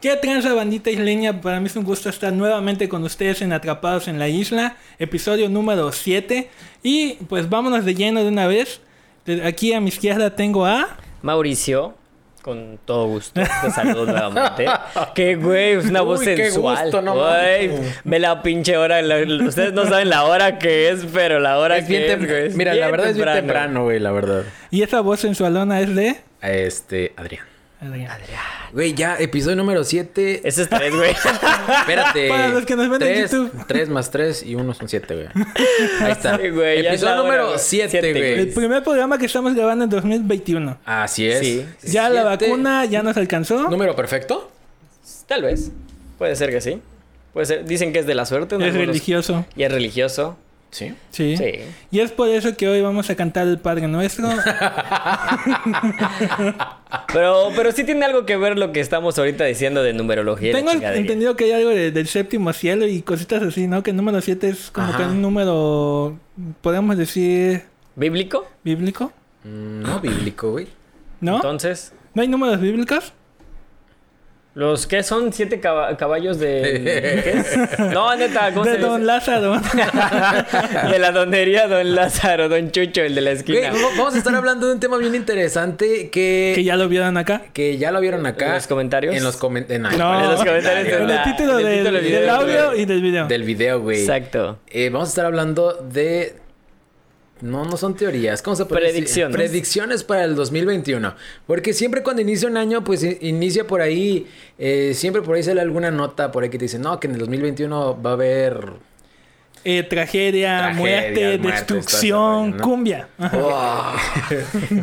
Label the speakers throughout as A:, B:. A: ¿Qué transa bandita isleña? Para mí es un gusto estar nuevamente con ustedes en Atrapados en la Isla, episodio número 7. Y pues vámonos de lleno de una vez. De- Aquí a mi izquierda tengo a...
B: Mauricio, con todo gusto, te saludo nuevamente. qué güey, es una voz
C: Uy, qué
B: sensual.
C: gusto, no
B: Güey,
C: mames.
B: ve la pinche hora. la- ustedes no saben la hora que es, pero la hora
C: Es
B: que
C: bien
B: es,
C: tem-
B: güey, es
C: Mira, la
B: bien
C: verdad es bien temprano, güey, la verdad.
A: Y esa voz sensualona es de...
C: Este, Adrián.
A: Adrián.
C: Güey, ya, episodio número 7.
B: Ese es tres, güey.
C: Espérate.
A: Para los que nos ven en
C: tres,
A: YouTube.
C: 3 más 3 y 1 son 7, güey. Ahí está.
B: Sí, güey, ya es
C: episodio
B: la hora,
C: número
B: güey.
C: 7,
B: Siete,
C: güey.
B: güey.
A: El primer programa que estamos grabando en 2021.
C: Así es.
B: Sí.
A: Ya la
C: Siete.
A: vacuna ya nos alcanzó.
C: ¿Número perfecto?
B: Tal vez. Puede ser que sí. Puede ser. Dicen que es de la suerte. ¿no?
A: es
B: Algunos-
A: religioso.
B: Y es religioso.
C: Sí.
A: Sí.
B: Sí.
A: Y es por eso que hoy vamos a cantar el Padre Nuestro.
B: Pero, pero sí tiene algo que ver lo que estamos ahorita diciendo de numerología. y la
A: Tengo
B: chingadería.
A: entendido que hay algo de- del séptimo cielo y cositas así, ¿no? Que el número 7 es como
C: Ajá.
A: que un número, podemos decir,
B: ¿Bíblico?
A: bíblico,
C: Mm, No bíblico, güey.
A: ¿no?
B: Entonces,
A: ¿No hay números bíblicos?
B: ¿los qué son? ¿Siete caba- caballos de...? ¿Qué es? No, neta, ¿cómo
A: De
B: se dice?
A: Don Lázaro.
B: de la donería Don Lázaro, Don Chucho, el de la
C: Güey,
B: esquina.
C: va- vamos a estar hablando de un tema bien interesante que...
A: que ya lo vieron acá.
C: que ya lo vieron acá.
B: ¿En los comentarios?
C: En los comentarios.
A: No.
B: En los comentarios
A: En el
B: la-
A: título
B: en
A: del,
B: el título del video,
A: del audio
B: güey.
A: y del video.
C: Del video, güey.
B: Exacto.
C: Eh, vamos a estar hablando de. No, no son teorías. ¿Cómo se puede decir?
B: Predicciones.
C: Predicciones para el 2021. Porque siempre cuando inicia un año, pues i- inicia por ahí. eh, siempre por ahí sale alguna nota por ahí que te dice, no, que en el 2021 va a haber.
A: Eh, tragedia,
C: Tragedias,
A: muerte,
C: muertes,
B: este
C: todo ese
A: destrucción,
C: rollo, ¿no?
A: cumbia. Ajá.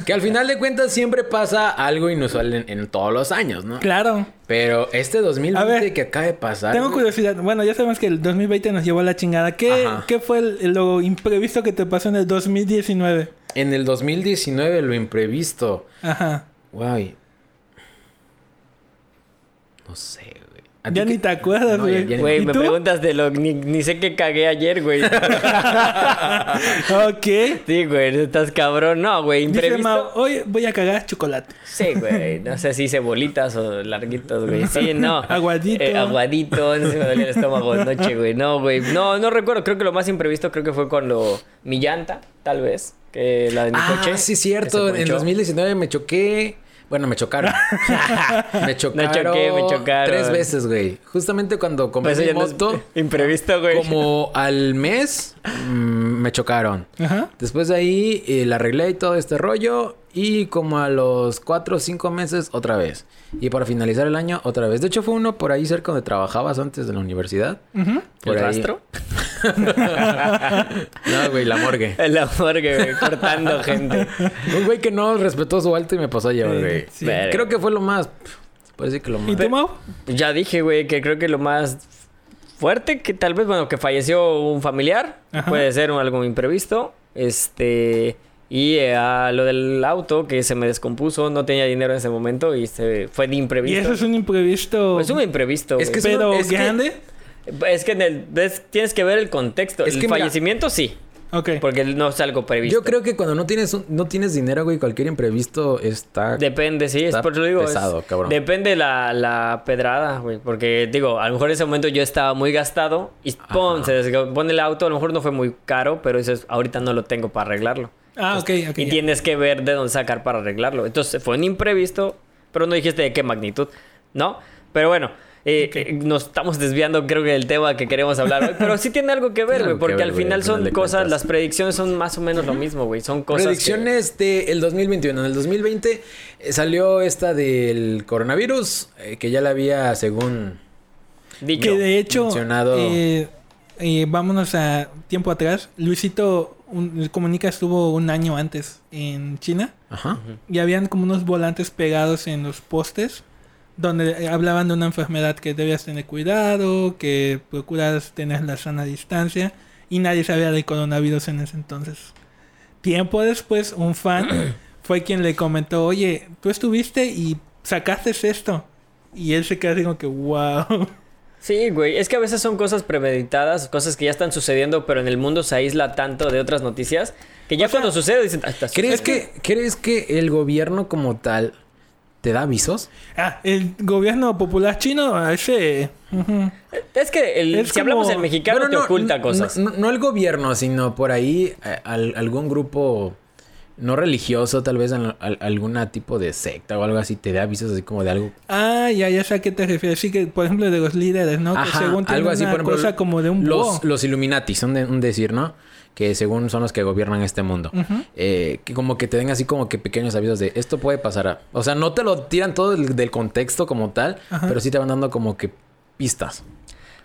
C: que al final de cuentas siempre pasa algo inusual en, en todos los años, ¿no?
A: Claro.
C: Pero este 2020
A: A ver,
C: que acaba de pasar.
A: Tengo
C: güey,
A: curiosidad. Bueno, ya sabemos que el 2020 nos llevó a la chingada. ¿Qué,
C: Ajá.
A: ¿qué fue el- lo imprevisto que te pasó en el 2019?
C: En el 2019, lo imprevisto.
A: Ajá.
C: Guay. No sé, güey. ¿A ti
A: Ya
C: qué-
A: ni te acuerdas,
C: No,
A: güey.
C: ya- ya ni-
B: Güey,
A: ¿Y
B: me
A: tú?
B: preguntas de lo... Ni, ni sé qué cagué ayer, güey.
A: ok.
B: Sí, güey, estás cabrón. No, güey,
A: Dice Mau,
B: imprevisto.
A: hoy voy a cagar chocolate.
B: Sí, güey. No sé si hice bolitas o larguitos, güey. Sí, no.
A: Aguadito.
B: Eh, aguadito. No sé si me dolía el estómago de noche, güey. No, güey. No, no recuerdo. Creo que lo más imprevisto creo que fue con lo... Mi llanta, tal vez. Que la de mi
C: Ah,
B: coche.
C: sí,
B: que
C: cierto.
B: se
C: En
B: ponchó.
C: 2019 me choqué. Bueno, me chocaron. me chocaron.
B: choqué, me chocaron.
C: Tres veces, güey. Justamente cuando compré
B: Pues eso
C: mi
B: ya no es
C: moto,
B: imprevisto, güey.
C: como al mes, mm, me chocaron.
A: Ajá.
C: Después de ahí, eh, la arreglé y todo este rollo. Y como a los cuatro o cinco meses, otra vez. Y para finalizar el año, otra vez. De hecho, fue uno por ahí cerca donde trabajabas antes de la universidad. Por
B: ¿El
C: ahí.
B: rastro?
C: No, güey, la morgue.
B: El amor que güey, cortando gente.
C: Un güey que no respetó su alto y me pasó a llevar, güey.
A: Sí.
B: Verga.
C: Creo que fue lo más. se Puede decir que lo más.
A: ¿Y tú, Mau?
B: Ya dije, güey, que creo que lo más fuerte, que tal vez, bueno, que falleció un familiar.
A: Ajá.
B: Puede ser un- algo imprevisto. Este. Y eh, ah, lo del auto que se me descompuso, no tenía dinero en ese momento y se fue de
A: Y
B: imprevisto.
A: eso es un imprevisto.
B: Pues un imprevisto.
C: Es que
B: güey.
C: es
A: pero
C: uno- que-
A: grande.
B: Es que en el- ves, tienes que ver el contexto.
C: Es
B: el
C: que mira-
B: fallecimiento sí,
A: Ok.
B: porque no es algo previsto.
C: Yo creo que cuando no tienes un- no tienes dinero, güey, cualquier imprevisto está.
B: Depende, sí, es
C: Está
B: por eso digo. es-
C: pesado, cabrón.
B: Depende la, la pedrada, güey. Porque, digo, a lo mejor en ese momento yo estaba muy gastado y pon, se desg- pone el auto. A lo mejor no fue muy caro, pero dices, ahorita no lo tengo para arreglarlo.
A: Ah, ok, ok.
B: y
A: ya.
B: tienes que ver de dónde sacar para arreglarlo. Entonces, fue un imprevisto, pero no dijiste de qué magnitud, ¿no? Pero bueno. eh, eh, nos estamos desviando creo que del tema que queremos hablar hoy, pero sí tiene algo que ver,
C: Tiene
B: güey,
C: algo que
B: porque
C: ver,
B: al
C: güey,
B: final
C: al
B: son
C: final de
B: cosas,
C: cuentas.
B: las predicciones son más o menos lo mismo, güey, son cosas... que-
C: Predicciones del 2021. En el 2020 eh, salió esta del coronavirus, eh, que ya la había, según.
B: dicho.
A: Que de hecho,
C: mencionado-
A: eh, eh, vámonos a tiempo atrás. Luisito un- Comunica estuvo un año antes en China
C: Ajá.
A: y habían como unos volantes pegados en los postes donde eh, hablaban de una enfermedad que debías tener cuidado, que procuras tener la sana distancia y nadie sabía del coronavirus en ese entonces. Tiempo después, un fan fue quien le comentó, oye, tú estuviste y sacaste esto. Y él se quedó así como que, wow.
B: Sí, güey, es que a veces son cosas premeditadas, cosas que ya están sucediendo, pero en el mundo se aísla tanto de otras noticias que ya cuando sucede dicen, "Ah, está
C: ¿Crees
B: sucediendo".
C: que, ¿Crees que el gobierno como tal ¿Te da avisos?
A: Ah, el gobierno popular chino, ese. ujú.
B: Es que el-
A: Es
B: si
A: como-
B: hablamos el mexicano
C: Bueno,
B: te oculta
C: no-
B: cosas.
C: No, no el gobierno, sino por ahí eh, al- algún grupo no religioso, tal vez al- al- alguna tipo de secta o algo así, te da avisos así como de algo.
A: Ah, ya, ya sé a qué te refieres. Sí, que por ejemplo de los líderes, ¿no?
C: Ajá,
A: que según tienen
C: algo así,
A: una
C: por ejemplo,
A: cosa como de un
C: los,
A: búho.
C: los Illuminati, son de, un decir, ¿no? Que según son los que gobiernan este mundo.
A: Ujú.
C: Eh, que como que te den así como que pequeños avisos de esto puede pasar. a-". O sea, no te lo tiran todo del, del contexto como tal,
A: Ajá.
C: pero sí te van dando como que pistas.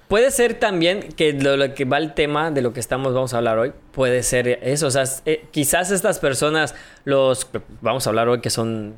B: Puede ser también que lo, lo que va el tema de lo que estamos vamos a hablar hoy, puede ser eso. O sea, es- eh, quizás estas personas, los vamos a hablar hoy que son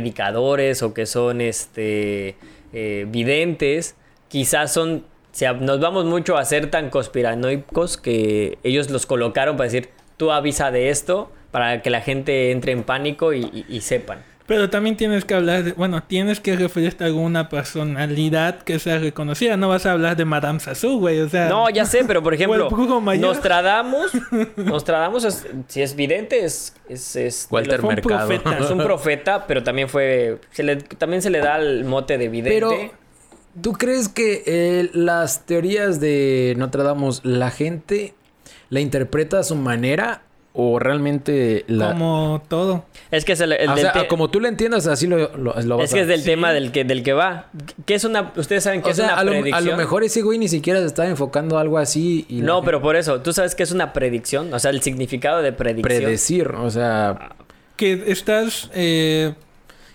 B: predicadores o que son este eh, videntes, quizás son. o sea, nos vamos mucho a ser tan conspiranoicos que ellos los colocaron para decir, tú avisa de esto para que la gente entre en pánico y, y- y sepan.
A: Pero también tienes que hablar, de- bueno, tienes que referirte a alguna personalidad que sea reconocida. No vas a hablar de Madame Sassou, güey, o sea.
B: No, ya sé, pero por ejemplo,
A: Bueno, un poco mayor.
B: Nostradamus, Nostradamus es- si es vidente, es, es, es de
C: Walter
A: fue un
C: Mercado.
A: profeta.
B: los- es un profeta, pero también fue, se le- también se le da el mote de vidente.
C: Pero, ¿tú crees que eh, las teorías de Notre Dame, la gente la interpreta a su manera o realmente la...
A: Como todo.
B: es que es el, el
C: Ah, o
B: del
C: sea,
B: te-
C: como tú la entiendas, así lo, lo, lo vas
B: es que es
C: a-
B: del tema del que del que va. ¿Qué es una? Ustedes saben que
C: O
B: es
C: sea,
B: una
C: a lo, a
B: predicción.
C: lo mejor ese güey ni siquiera se está enfocando a algo así. Y la
B: No,
C: gente-
B: pero por eso, tú sabes que es una predicción, o sea, el significado de predicción.
C: Predecir, o sea,
A: Que estás. Eh,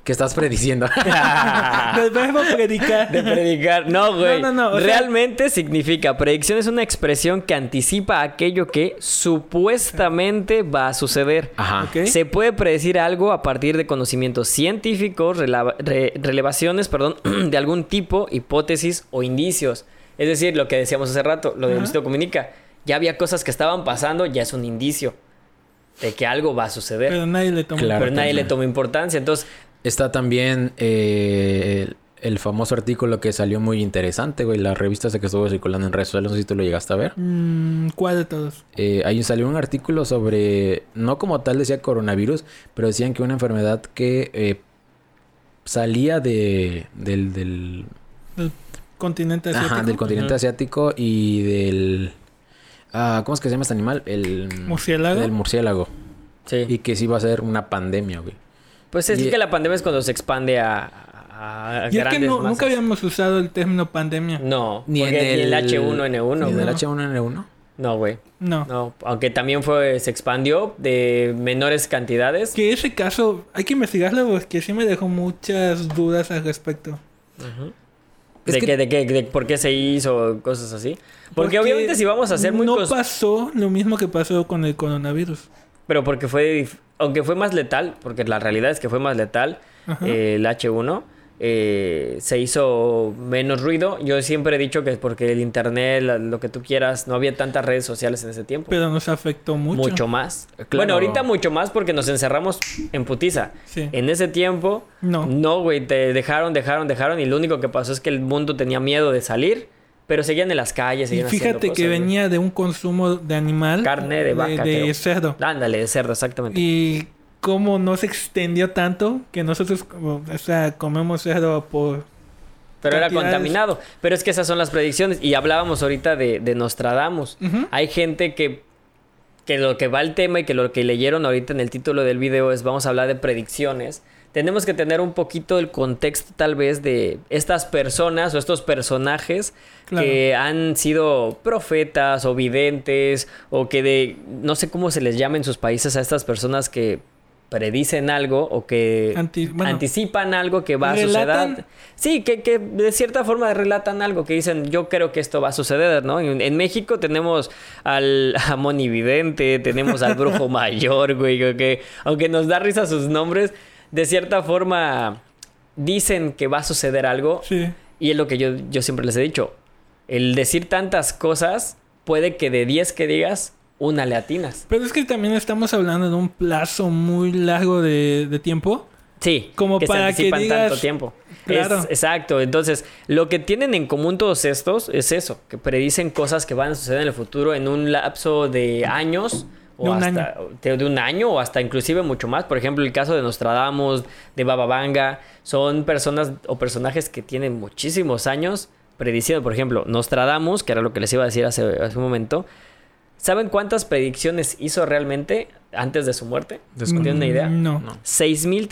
C: que estás prediciendo.
B: Ah,
A: del verbo predicar.
B: De predicar. No, güey.
A: No, no, no, o sea-
B: Realmente significa. Predicción es una expresión que anticipa aquello que supuestamente va a suceder.
C: Ajá.
A: Ok.
B: Se puede predecir algo a partir de conocimientos científicos, relava- re- relevaciones, perdón, de algún tipo, hipótesis o indicios. Es decir, lo que decíamos hace rato, lo de Luisito Comunica. Ya había cosas que estaban pasando, ya es un indicio de que algo va a suceder. Pero,
A: Pero nadie le tomó.
C: Claro.
B: nadie
C: también.
B: le tomó importancia. Entonces,
C: Está también eh, el, el famoso artículo que salió muy interesante, güey. La revista esa que estuvo circulando en redes sociales, no sé si tú lo llegaste a ver.
A: Mm, ¿Cuál de todos?
C: Eh, ahí salió un artículo sobre, no como tal decía coronavirus, pero decían que una enfermedad que eh, salía de, del, del,
A: ¿Del continente
C: ajá,
A: asiático?
C: del continente
B: Ujú.
C: asiático y del... ah, ¿Cómo es que se llama este animal? El
A: ¿Murciélago?
C: Del murciélago.
B: sí.
C: Y que sí va a ser una pandemia, güey.
B: Pues es
C: Y-
B: que la pandemia es cuando se expande a, a- a
A: Y es
B: grandes
A: que no-
B: masas.
A: nunca habíamos usado el término pandemia.
C: Mm,
B: No, porque ni el, H1N1.
C: Ni en el
B: güey.
C: H1N1.
B: No, güey.
A: No.
B: No, aunque también fue se expandió de menores cantidades.
A: Que ese caso hay que investigarlo porque sí me dejó muchas dudas al respecto.
C: Es
B: ¿De,
C: que-
B: qué, ¿De qué? ¿De por qué se hizo? Cosas así. Porque, obviamente si vamos a ser muy...
A: No
B: cons-
A: pasó lo mismo que pasó con el coronavirus.
B: Pero porque fue... dif- Aunque fue más letal, porque la realidad es que fue más letal
A: Ajá.
B: eh, el H1. eh, se hizo menos ruido. Yo siempre he dicho que es porque el internet, la- lo que tú quieras, no había tantas redes sociales en ese tiempo.
A: Pero nos afectó mucho.
B: mucho, más.
C: Claro.
B: Bueno, ahorita mucho más porque nos encerramos en putiza.
A: Sí.
B: En ese tiempo,
A: No.
B: güey, te dejaron, dejaron, dejaron y lo único que pasó es que el mundo tenía miedo de salir, pero seguían en las
A: Y
B: calles, seguían
A: fíjate
B: haciendo
A: que
B: cosas, güey.
A: venía de un consumo de animal.
B: carne de vaca,
A: De,
B: creo.
A: cerdo.
B: Ándale, de cerdo, exactamente.
A: Y como no se extendió tanto que nosotros, como, o sea, comemos cerdo por...
B: Pero era
A: cantidades.
B: contaminado. Pero es que esas son las predicciones. Y hablábamos ahorita de, de Nostradamus.
A: Ujú.
B: Hay gente que, que lo que va el tema y que lo que leyeron ahorita en el título del video es vamos a hablar de predicciones. Tenemos que tener un poquito el contexto tal vez de estas personas o estos personajes
A: Claro.
B: que han sido profetas o videntes o que de no sé cómo se les llama en sus países a estas personas que predicen algo o que
A: Anti- bueno.
B: anticipan algo que va a
A: Relatan
B: suceder. Sí, que, que de cierta forma relatan algo, que dicen, yo creo que esto va a suceder, ¿no? En, en México tenemos al a Monividente, tenemos al Brujo Mayor, güey, que- que aunque nos da risa sus nombres, de cierta forma dicen que va a suceder algo
A: Sí.
B: y es lo que yo, yo siempre les he dicho, el decir tantas cosas puede que de 10 que digas, una le atinas.
A: Pero es que también estamos hablando de un plazo muy largo de, de tiempo.
B: Sí,
A: Como
B: que
A: para
B: se
A: que
B: anticipan tanto
A: digas,
B: tiempo.
A: claro.
B: Es- exacto. Entonces, lo que tienen en común todos estos es eso, que predicen cosas que van a suceder en el futuro en un lapso de años o
A: De un
B: hasta- de- de un año o hasta inclusive mucho más. Por ejemplo, el caso de Nostradamus, de Bababanga, son personas o personajes que tienen muchísimos años prediciendo. Por ejemplo, Nostradamus, que era lo que les iba a decir hace, hace un momento, ¿saben cuántas predicciones hizo realmente antes de su muerte? ¿Tienen una idea?
A: No.
C: No.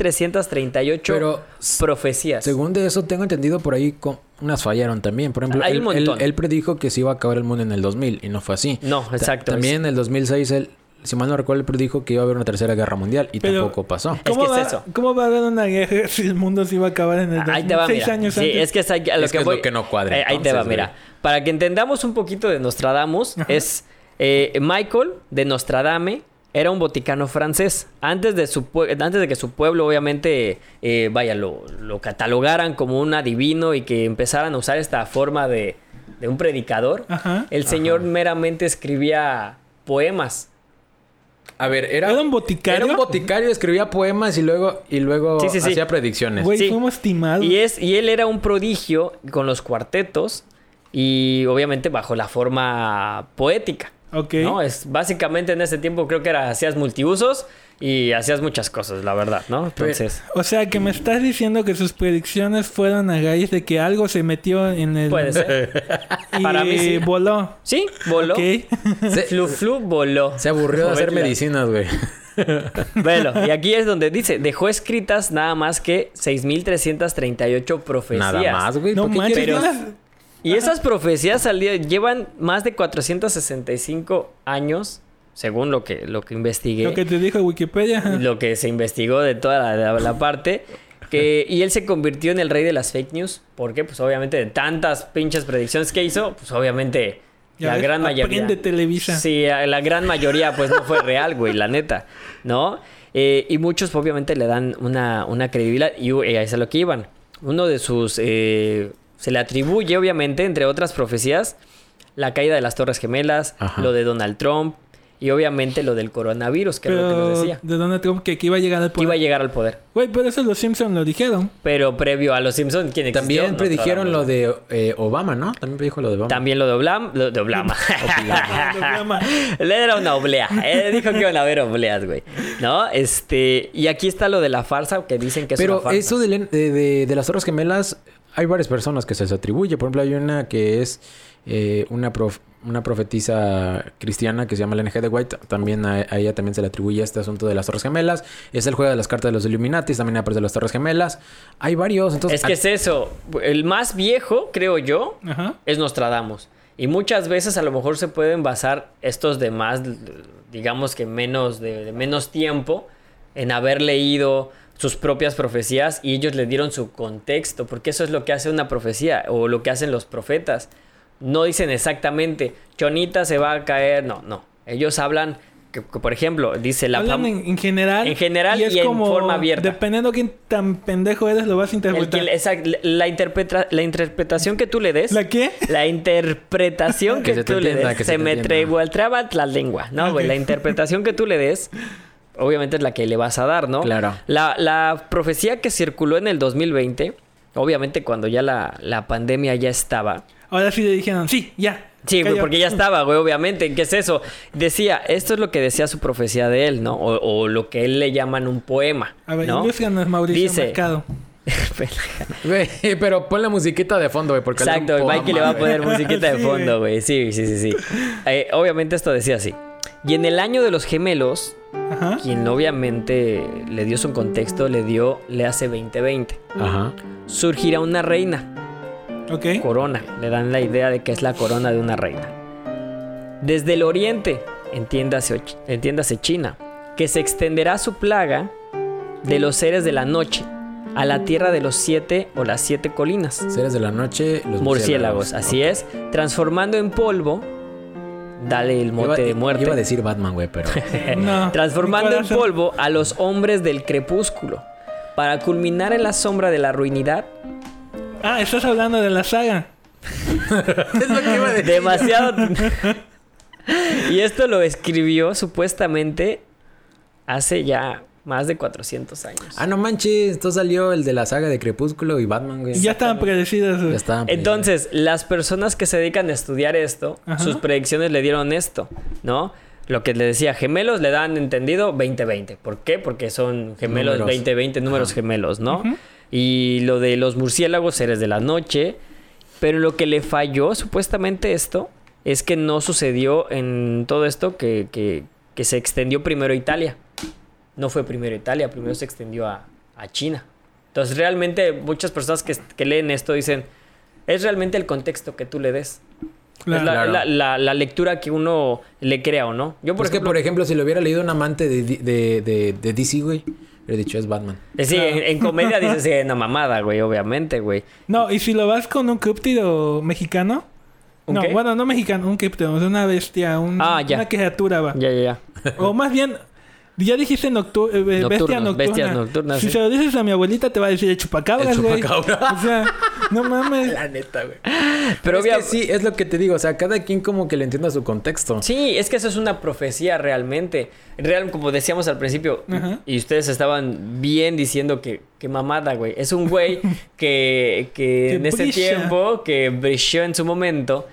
B: 6.338
C: Pero,
B: profecías.
C: Según de eso, tengo entendido por ahí co- unas fallaron también. Por ejemplo,
B: Hay
C: él,
B: un montón.
C: él- él predijo que se iba a acabar el mundo en el 2000 y no fue así.
B: No,
C: Ta-
B: exacto,
C: También en el 2006, él, si mal no recuerdo, él predijo que iba a haber una tercera guerra mundial y
A: Pero-
C: tampoco pasó.
B: que
A: ¿Cómo,
B: es
A: va,
B: eso.
A: ¿Cómo va a haber una guerra si el mundo se iba a acabar en el
B: Ah, Ahí te va,
A: 2006
B: mira.
A: años
B: Sí,
A: antes?
B: es que es aquí- a lo
C: Es
B: que,
C: que es
B: voy-
C: lo que no cuadra,
B: Eh, ahí te va,
C: entonces,
B: mira.
C: güey.
B: Para que entendamos un poquito de Nostradamus, es eh, Michael de Nostradame era un boticano francés. Antes de, su pue- antes de que su pueblo, obviamente, eh, vaya, lo, lo catalogaran como un adivino y que empezaran a usar esta forma de, de un predicador,
A: Ajá.
B: el señor meramente escribía poemas.
C: A ver, era,
A: ¿Era un boticario?
C: Era un boticario, escribía poemas y luego, y luego
B: Sí, sí, sí.
C: hacía predicciones.
A: Güey,
B: sí.
A: fuimos timados.
B: Y, es, y él era un prodigio con los cuartetos y obviamente bajo la forma poética.
A: Ok.
B: ¿no? Es, básicamente en ese tiempo creo que era, hacías multiusos y hacías muchas cosas, la verdad, ¿no? Entonces,
A: O sea, que me estás diciendo que sus predicciones fueron a raíz de que algo se metió en el...
B: puede ser.
A: Y
B: Para mí sí.
A: voló.
B: Sí, voló.
A: Ok.
C: Se,
B: Flu, flu, voló.
C: se aburrió de hacer
B: Ojalá.
C: medicinas, güey.
B: Bueno, y aquí es donde dice, dejó escritas nada más que 6.338 profecías.
C: Nada más, güey.
A: no
C: ¿por qué
A: manches.
C: quieres-
A: ¿no
B: Pero-
A: las-
B: Y esas profecías al día llevan más de 465 años, según lo que, lo que investigué.
A: Lo que te dijo Wikipedia. ajá.
B: lo que se investigó de toda la, la- la parte. Que, y él se convirtió en el rey de las fake news. Porque, pues obviamente, de tantas pinches predicciones que hizo, pues obviamente
A: Ya
B: la
A: ves,
B: gran mayoría.
A: aprende Televisa.
B: Sí, a- la gran mayoría, pues no fue real, güey, la neta. ¿No? Eh, y muchos, obviamente, le dan una, una credibilidad. Y eh, ahí es a lo que iban. Uno de sus. eh, se le atribuye, obviamente, entre otras profecías, la caída de las Torres Gemelas,
C: Ajá.
B: lo de Donald Trump. Y obviamente lo del coronavirus, que es lo que
A: Pero
B: nos decía
A: de Donald Trump que, que iba a llegar al
B: que iba a
A: poder.
B: llegar al poder.
A: Güey, pero eso los Simpsons lo dijeron.
B: Pero previo a los Simpsons, ¿quién existió?
C: También
B: No,
C: predijeron
B: Nostradamus.
C: lo de eh, Obama, ¿no? También predijo lo de Obama.
B: También lo de Oblam... Lo de Oblama.
A: Oblama.
B: Le era una oblea. Él dijo que iban a haber obleas, güey. ¿No? Este... Y aquí está lo de la farsa, que dicen que es una
C: Pero
B: farsa.
C: eso del- de, de- de las Torres Gemelas, hay varias personas que se les atribuye. Por ejemplo, hay una que es eh, una, prof- una profetisa cristiana que se llama Elena G. de White. También a, a ella también se le atribuye este asunto de las Torres Gemelas. Es el juego de las cartas de los Illuminatis. También aparece las Torres Gemelas. Hay varios. Entonces,
B: Es que
C: a-
B: es eso. El más viejo, creo yo,
A: Ajá.
B: es Nostradamus. Y muchas veces a lo mejor se pueden basar estos demás, digamos que menos de, de menos tiempo, en haber leído sus propias profecías y ellos le dieron su contexto, porque eso es lo que hace una profecía o lo que hacen los profetas. No dicen exactamente, Chonita se va a caer, no, no. Ellos hablan, que, que, por ejemplo, dice la
A: Hablan
B: fam-
A: en, en general.
B: en general y en forma abierta.
A: Dependiendo de quién tan pendejo eres, lo vas a
B: el
A: interpretar.
B: que- esa- la, interpreta- la interpretación que tú le des.
A: ¿La qué?
B: La interpretación que,
C: Que se te
B: tú le
C: entienda,
B: des.
C: que
B: se,
C: se te
B: me
C: entienda.
B: revueltraba la lengua. No, güey.
A: Ok.
B: La interpretación que tú le des, obviamente es la que le vas a dar, ¿no?
C: Claro.
B: La, la profecía que circuló en el 2020, obviamente cuando ya la, la pandemia ya estaba.
A: Ahora sí le dijeron, sí, ya.
B: Sí, güey,
A: Calla.
B: porque ya estaba, güey, obviamente. ¿Qué es eso? Decía, esto es lo que decía su profecía de él, ¿no? O, o lo que él le llaman un poema.
A: A ver,
B: ¿no?
A: ilústranos, Mauricio
B: Dice-
A: Mercado.
C: Güey, pero pon la musiquita de fondo, güey. Porque
B: Exacto,
C: el
B: el Mikey le va a poner musiquita de
A: Sí,
B: fondo, güey. Sí, sí, sí, sí. Eh, obviamente esto decía así. Y en el año de los gemelos,
A: Ajá.
B: quien obviamente le dio su contexto, le dio, le hace 2020.
C: Ajá.
B: Surgirá una reina,
A: Ok.
B: corona. Le dan la idea de que es la corona de una reina. Desde el oriente, entiéndase, och- entiéndase China, que se extenderá su plaga de los seres de la noche a la tierra de los siete o las siete colinas.
C: Seres de la noche, los
B: Murciélagos, así es. Transformando en polvo. Dale el mote
C: Iba-
B: de muerte.
C: Iba a decir Ah, Batman, güey, pero...
A: No,
B: Eh, Transformando en
A: corazón.
B: polvo a los hombres del crepúsculo. Para culminar en la sombra de la ruinidad.
A: Ah, estás hablando de la saga.
C: es lo que iba a decir.
B: Demasiado. y esto lo escribió supuestamente hace ya más de 400 años.
C: Ah, no manches, esto salió el de la saga de Crepúsculo y Batman, güey.
A: Ya estaban predecidas. eh,
C: Ya
A: güey.
C: está.
B: Entonces, las personas que se dedican a estudiar esto,
A: Ajá.
B: sus predicciones le dieron esto, ¿no? Lo que le decía, gemelos le dan entendido 20-20. ¿Por qué? Porque son gemelos
C: Números.
B: 20-20, números
C: Ajá.
B: gemelos, ¿no? Y lo de los murciélagos, seres de la noche. Pero lo que le falló supuestamente esto es que no sucedió en todo esto que, que- que se extendió primero a Italia. No fue primero a Italia, primero se extendió a, a China. Entonces realmente muchas personas que, que leen esto dicen, es realmente el contexto que tú le des.
A: Claro.
B: Es la,
C: Claro.
B: la- la- la lectura que uno le crea o no. Yo, por
C: Porque,
B: ejemplo,
C: por ejemplo, si lo hubiera leído un amante de, de, de, de DC, güey, hubiera dicho es Batman.
B: eh, sí, en, en comedia dices, sí, una mamada, güey, obviamente, güey.
A: No, y si lo vas con un críptido mexicano.
B: ¿Un
A: no,
B: qué?
A: bueno, no mexicano, un críptido, es una bestia, un-
B: Ah, ya.
A: una criatura va.
B: Ya, ya, ya.
A: O más bien, ya dijiste noctu- eh, be- bestia
B: Nocturnos,
A: nocturna.
B: bestias nocturnas,
A: Si
B: sí.
A: se lo dices a mi abuelita, te va a decir el chupacabras,
C: El
A: güey.
C: chupacabra.
A: O sea, no mames.
C: neta, güey.
B: Pero
C: Pero
B: obvia-
C: es que sí, es lo que te digo. O sea, cada quien como que le entienda su contexto.
B: Sí, es que eso es una profecía realmente. Real, como decíamos al principio,
A: Ajá.
B: y ustedes estaban bien diciendo que, que mamada, güey. Es un güey que, que en ese
A: brilla.
B: tiempo, que brilló en su momento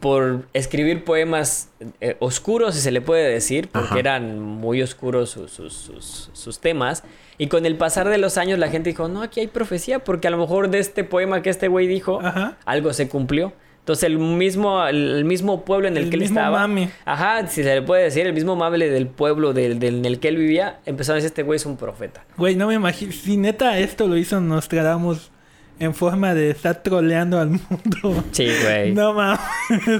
B: por escribir poemas eh, oscuros, si se le puede decir, porque
C: Ajá.
B: eran muy oscuros sus, sus- sus- sus temas. Y con el pasar de los años la gente dijo, no, aquí hay profecía, porque a lo mejor de este poema que este güey dijo,
A: Ajá.
B: algo se cumplió. Entonces el mismo, el mismo pueblo en el,
A: El
B: que él
A: mismo
B: estaba.
A: mame.
B: Ajá, si se le puede decir, el mismo mable del pueblo del, del- en el que él vivía, empezaron a decir, este güey es un profeta.
A: Güey, no me imagino. Si neta esto lo hizo Nostradamus en forma de estar troleando al mundo.
B: Sí, güey.
A: No mames.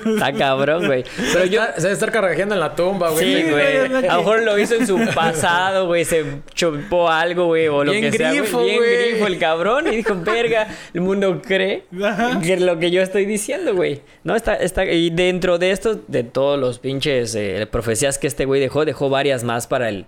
B: Está cabrón, güey. Pero yo...
C: Se debe estar cargajeando en la tumba, güey.
B: Sí,
A: Sí,
B: güey.
A: güey, es lo que-
B: A lo mejor lo hizo en su pasado, güey. Se chupó algo, güey, o lo
C: Bien
B: que sea.
C: grifo,
B: Bien
C: güey.
B: grifo el cabrón. Y dijo, verga, el mundo cree
A: Ajá.
B: que lo que yo estoy diciendo, güey. No, está, está... Y dentro de esto, de todos los pinches eh, profecías que este güey dejó, dejó varias más para el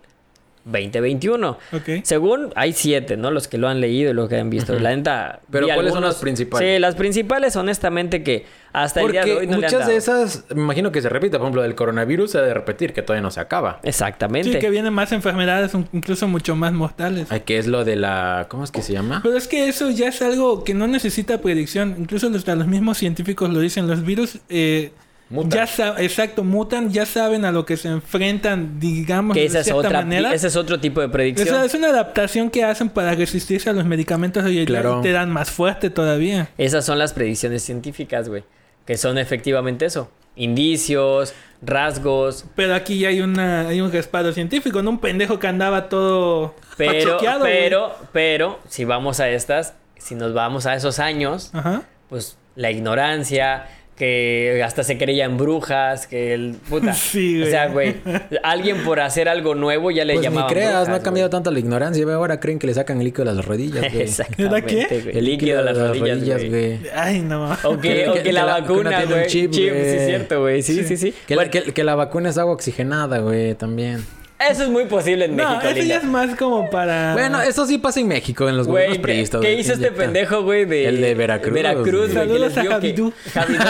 B: 2021.
A: Ok.
B: Según hay siete, ¿no? Los que lo han leído y los que han visto. La neta.
C: Pero
B: vi
C: ¿cuáles son las principales?
B: Sí, las principales, honestamente, que hasta el día de
C: Porque
B: hoy no le han
C: muchas
B: dado.
C: de esas, me imagino que se repita. Por ejemplo, del coronavirus se ha de repetir, que todavía no se acaba.
B: Exactamente.
A: Sí, que vienen más enfermedades, un- incluso mucho más mortales.
C: Ay, que es lo de la... ¿Cómo es que se llama?
A: Pero es que eso ya es algo que no necesita predicción. Incluso hasta los mismos científicos lo dicen. Los virus, eh,
C: Mutan.
A: ya sa- exacto, mutan, ya saben a lo que se enfrentan, digamos,
B: Que
A: de
B: esa es
A: cierta
B: otra,
A: manera.
B: ese es otro tipo de
A: O sea,
B: predicción.
A: es una adaptación que hacen para resistirse a los medicamentos y
C: Claro.
A: te dan más fuerte todavía.
B: Esas son las predicciones científicas, güey. Que son efectivamente eso. Indicios, rasgos.
A: Pero aquí ya hay una hay un respaldo científico, no un pendejo que andaba todo
B: Pero,
A: pachequeado, güey.
B: pero, pero, si vamos a estas, si nos vamos a esos años,
A: Ajá.
B: pues la ignorancia, que hasta se creían brujas, que el puta.
A: Sí, güey.
B: O sea, güey, alguien por hacer algo nuevo ya le
C: Pues ni
B: llamaban
C: creas,
B: brujas,
C: no ha
B: güey.
C: cambiado tanto la ignorancia. ve, Ahora creen que le sacan el líquido de las rodillas, güey.
B: Exactamente,
A: ¿Era qué?
B: güey. El líquido de las rodillas, güey.
A: Ay, no.
B: O que,
C: Que-
B: o
C: que-
B: que la
C: que la- que una
B: vacuna,
C: tiene un
B: güey. Chip,
C: chip,
B: sí,
C: güey.
B: es cierto, güey. Sí, sí, sí.
C: Que,
B: Bueno,
C: la, que- que la vacuna es agua oxigenada, güey, también.
B: Eso es muy posible en
A: No,
B: México,
A: eso
B: Linda.
A: ya es más como para
C: Bueno, eso sí pasa en México, en los
B: Ah. Güey,
C: gobiernos priistas.
B: ¿qué
C: güey.
B: hizo este
C: Inyecta.
B: pendejo, güey? De,
C: El de Veracruz,
B: Veracruz,
C: güey.
B: güey, que
A: Saludos
B: les
A: a
B: dio que-
A: Javidú.
B: Javidú.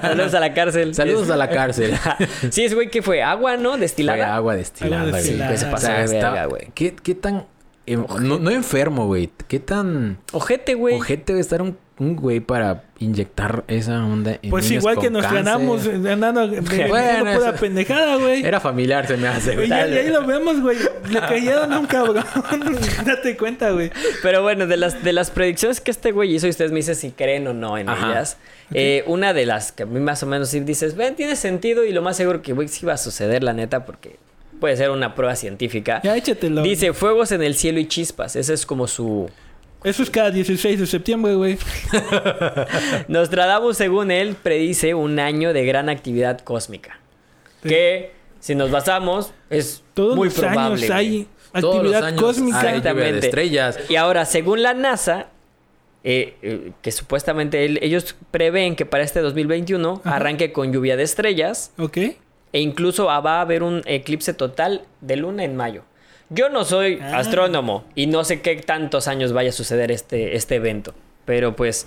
B: Saludos a la cárcel.
C: Saludos a la cárcel.
B: cárcel. Sí, es güey que fue agua, ¿no? Destilada.
C: Fue agua destilada,
A: Agua
C: güey.
A: destilada. Sí, que se
B: pasó de verga, güey.
C: ¿Qué, qué tan... em- no, no enfermo, güey. ¿Qué tan
B: Ojete, güey.
C: ojete debe estar un, un güey para inyectar esa onda en
A: Pues
C: niños
A: igual
C: con
A: que nos
C: cáncer?
A: ganamos eh, andando de- de-
C: Bueno,
A: de pura
C: eso-
A: pendejada, güey.
C: Era familiar, se me hace,
A: Y
C: güey.
A: ya- y ahí lo vemos, güey. Le cayeron a un cabrón. Date cuenta, güey.
B: Pero bueno, de las, de las predicciones que este güey hizo, y ustedes me dicen si creen o no en
C: Ajá.
B: ellas. eh, una de las que a mí más o menos sí dices, ven, tiene sentido y lo más seguro que güey, sí va a suceder, la neta, porque puede ser una prueba científica.
A: Ya échatelo.
B: Dice, fuegos en el cielo y chispas. Ese es como su...
A: Eso es cada 16 de septiembre, güey.
B: Nostradamus, según él, predice un año de gran actividad cósmica.
A: Sí.
B: Que, si nos basamos, es
A: Todos
B: muy
A: los
B: probable.
A: años
B: güey.
A: hay
C: Todos los
A: actividad
C: años
A: cósmica.
C: hay lluvia de
B: Exactamente.
C: estrellas.
B: Y ahora, según la NASA, eh, eh, que supuestamente el- ellos prevén que para este 2021
A: Ajá.
B: arranque con lluvia de estrellas
A: Ok.
B: e incluso ah, va a haber un eclipse total de luna en mayo. Yo no soy
A: Ah.
B: astrónomo y no sé qué tantos años vaya a suceder este, este evento, pero pues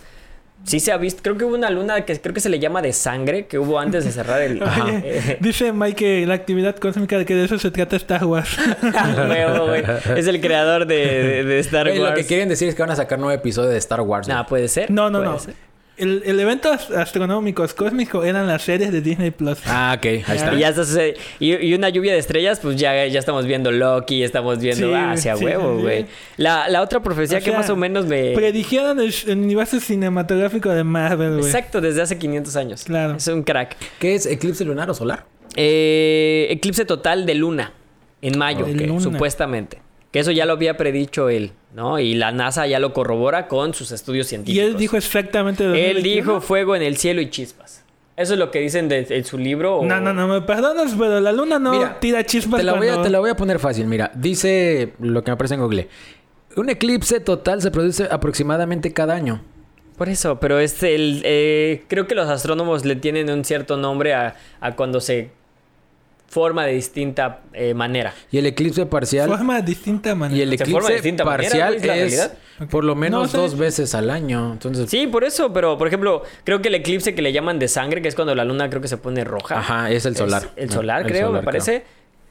B: sí se ha visto, creo que hubo una luna que creo que se le llama de sangre, que hubo antes de cerrar el...
A: Oye,
B: Eh,
A: dice Mike que la actividad cósmica de que de eso se trata Star Wars.
B: Ah, huevo, güey. es el creador de, de- de Star
C: Güey,
B: Wars.
C: Lo que quieren decir es que van a sacar nuevo episodio de Star Wars.
B: Nah,
C: güey.
B: puede ser.
A: No, no,
B: puede
A: no.
B: ser.
A: El, el evento as- astronómico cósmico eran las series de Disney Plus.
C: Ah, ok, ahí está.
B: Y, ya estás, eh, y, y una lluvia de estrellas, pues ya, ya estamos viendo Loki, estamos viendo
A: Sí,
B: hacia
A: sí,
B: huevo,
A: sí.
B: güey. La, la otra profecía
A: O
B: que
A: sea, pues
B: más o menos me...
A: Predijeron el, el universo cinematográfico de Marvel, güey.
B: Exacto, desde hace 500 años.
A: Claro.
B: Es un crack.
C: ¿Qué es eclipse lunar o solar?
B: Eh, eclipse total de luna en mayo,
A: De luna.
B: supuestamente. Que eso ya lo había predicho él, ¿no? Y la NASA ya lo corrobora con sus estudios
A: Y
B: científicos.
A: él dijo exactamente lo
B: Él
A: mismo.
B: dijo fuego en el cielo y chispas. Eso es lo que dicen de- en su libro. o-
A: No, no, no, me perdonas, pero la luna no
C: Mira,
A: tira chispas
C: Te la, voy a,
A: cuando-
C: te la voy a poner fácil, mira. Dice lo que me aparece en Google. Un eclipse total se produce aproximadamente cada año.
B: Por eso, pero este, el, eh, creo que los astrónomos le tienen un cierto nombre a, a cuando se forma de distinta eh, manera.
C: Y el eclipse parcial...
A: Forma de distinta manera.
C: Y el
B: Se forma de
C: eclipse
B: distinta manera,
C: parcial
B: güey, es la
C: es
B: realidad.
C: por lo
A: No
C: menos
A: sé.
C: dos veces al año. Entonces,
B: Sí, por eso, pero por ejemplo, creo que el eclipse que le llaman de sangre, que es cuando la luna creo que se pone roja.
C: Ajá, es el solar. Ah,
B: el solar,
C: El
B: creo,
C: solar,
B: me parece.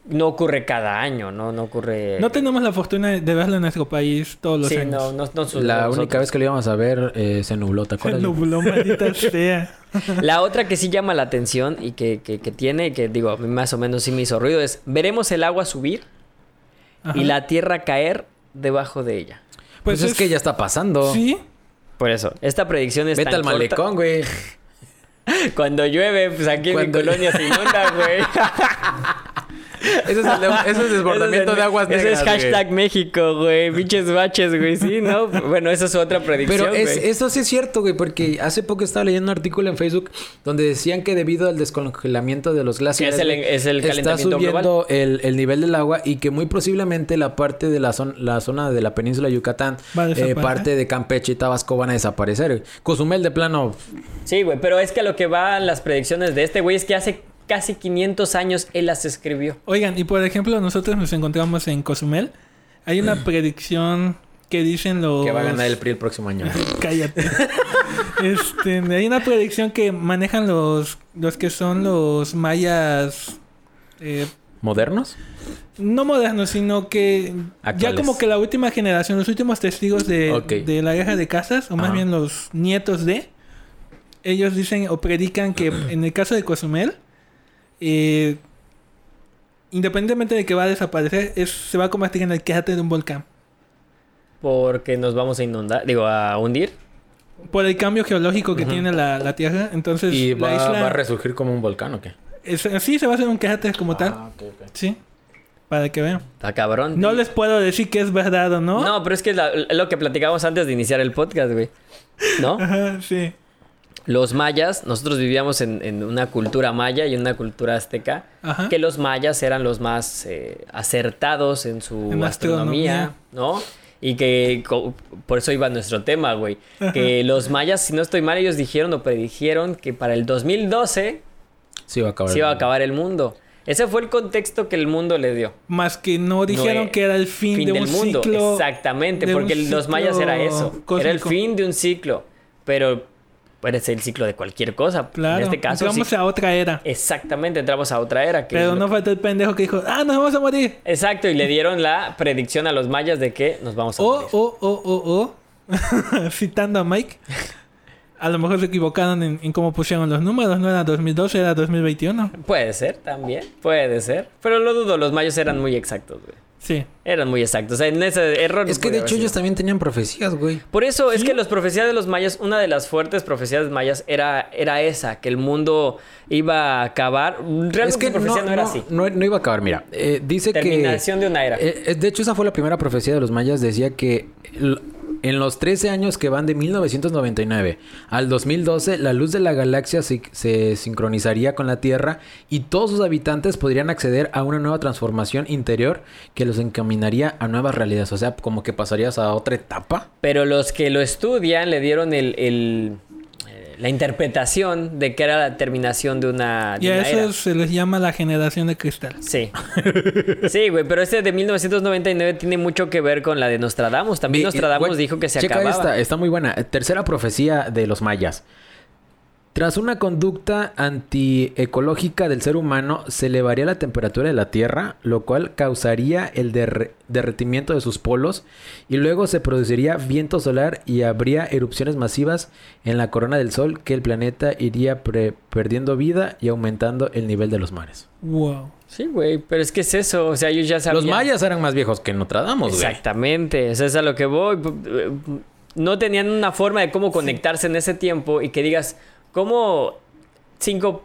B: No ocurre cada año, ¿no? No ocurre.
A: No tenemos la fortuna de verlo en nuestro país todos los
B: Sí,
A: años.
B: no, no, no sus-
C: la
B: nosotros.
C: única vez que lo íbamos a ver eh, se nubló,
A: Se
C: ¿te acuerdas?
A: nubló, maldita sea.
B: La otra que sí llama la atención y que, que, que tiene, que digo, a mí más o menos sí me hizo ruido, es veremos el agua subir
A: Ajá.
B: y la tierra caer debajo de ella.
C: Pues, es, que ya está pasando.
A: Sí,
B: Por eso, esta predicción es
C: Vete
B: tan
C: al
B: corta.
C: malecón, güey.
B: Cuando llueve, pues aquí
C: Cuando-
B: en mi colonia se inunda, güey.
C: Ese es, el de- ese es el
B: Ese
C: desbordamiento
B: es-
C: de aguas negras.
B: Ese es
C: güey.
B: hashtag México, güey. Biches baches, güey. Sí, ¿no? Bueno, esa es otra predicción,
C: Pero es-
B: güey.
C: eso sí es cierto, güey, porque hace poco estaba leyendo un artículo en Facebook donde decían que debido al descongelamiento de los glaciares
B: Que es el-
C: güey,
B: es el
C: está
B: calentamiento
C: subiendo el, el nivel del agua y que muy posiblemente la parte de la, zon- la zona de la península de Yucatán,
A: Va a
C: eh,
A: desaparecer.
C: parte de Campeche y Tabasco van a desaparecer. güey. Cozumel de plano,
B: Sí, güey. Pero es que a lo que van las predicciones de este güey es que hace casi 500 años él las escribió.
A: Oigan, y por ejemplo, nosotros nos encontramos en Cozumel. Hay una predicción que dicen los...
C: Mm. que va a ganar
A: Pues
C: el PRI el próximo año.
A: Cállate. este, hay una predicción que manejan los, los que son los mayas... eh,
C: ¿Modernos?
A: no modernos, sino que ya
C: Actuales.
A: como que la última generación, los últimos testigos de,
C: Ok.
A: de la guerra de casas, o más
C: Ajá.
A: bien los nietos de, ellos dicen o predican que en el caso de Cozumel, eh, independientemente de que va a desaparecer, es- se va a convertir en el cráter de un volcán
B: Porque nos vamos a inundar, digo, a hundir.
A: por el cambio geológico que tiene la, la Tierra. Entonces,
C: ¿Y
A: Pues la
C: va,
A: isla
C: va a resurgir como un volcán o qué?
A: es- eh, sí se va a hacer un cráter como tal,
C: Ah, ok, ok.
A: sí, para que vean.
B: Está cabrón.
A: No les puedo decir que es verdad o no.
B: No, pero es que es la- lo que platicábamos antes de iniciar el podcast, güey. ¿No?
A: Ajá, sí.
B: Los mayas, nosotros vivíamos en, en una cultura maya y una cultura azteca,
A: Ajá.
B: que los mayas eran los más eh, acertados en su
A: En la
B: astronomía,
A: astronomía.
B: ¿no? Y que co- por eso iba nuestro tema, güey. Que los mayas, si no estoy mal, ellos dijeron o predijeron que para el 2012
C: Sí, va a acabar.
B: se iba a acabar el mundo. Ese fue el contexto que el mundo le dio.
A: Más que no dijeron
B: eh,
A: que era el fin,
B: fin
A: de
B: del
A: un
B: mundo.
A: ciclo.
B: Exactamente,
A: de un
B: porque los mayas
A: ciclo
B: era eso. Era el
A: cósmico.
B: fin de un ciclo. Pero puede ser el ciclo de cualquier cosa.
A: Claro,
B: en este caso,
A: entramos
B: sí.
A: a otra era.
B: exactamente, entramos a otra era. que es
A: Pero
B: lo-
A: no faltó el pendejo que dijo, ah, nos vamos a morir.
B: Exacto, y le dieron la predicción a los mayas de que nos vamos a
A: O,
B: morir.
A: o, o, o, o, citando a Mike, a lo mejor se equivocaron en, en cómo pusieron los números. No era 2012, era 2021.
B: Puede ser también, puede ser. Pero lo dudo, los mayas eran muy exactos, güey.
A: Sí.
B: Eran muy exactos. O sea, en ese error. no
C: Es que
B: podía
C: de
B: haber
C: hecho
B: sido.
C: ellos también tenían profecías, güey.
B: Por eso es que las profecías de los mayas, una de las fuertes profecías mayas era, era esa, que el mundo iba a acabar. Realmente
C: Es que
B: su profecía no, era
C: no,
B: así.
C: no- no iba a acabar, mira. eh, dice
B: Terminación
C: que...
B: de una era.
C: Eh, eh, de hecho, esa fue la primera profecía de los mayas. Decía que l- en los 13 años que van de 1999 al 2012, la luz de la galaxia se, se sincronizaría con la Tierra y todos sus habitantes podrían acceder a una nueva transformación interior que los encaminaría a nuevas realidades. O sea, como que pasarías a otra etapa.
B: Pero los que lo estudian le dieron el, el- eh, la interpretación de que era la terminación de una, de
A: Y a
B: una era.
A: eso se les llama la generación de cristal.
B: Sí. Sí, güey, pero este de 1999 tiene mucho que ver con la de Nostradamus. También
C: Vi-
B: Nostradamus
C: Eh, güey,
B: dijo que se
C: checa
B: acababa.
C: Esta, está muy buena. Eh, Tercera profecía de los mayas. Tras una conducta antiecológica del ser humano, se elevaría la temperatura de la Tierra, lo cual causaría el derre- derretimiento de sus polos y luego se produciría viento solar y habría erupciones masivas en la corona del Sol que el planeta iría pre- perdiendo vida y aumentando el nivel de los mares.
A: Wow.
B: Sí, güey, pero es que es eso, o sea, yo ya sabía.
C: Los mayas eran más viejos que Nostradamus, güey.
B: Exactamente, eso es a lo que voy. No tenían una forma de cómo conectarse en ese tiempo y que digas, ¿cómo cinco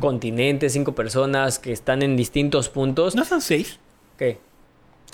B: continentes, cinco personas que están en distintos puntos?
A: ¿No son seis?
B: ¿Qué?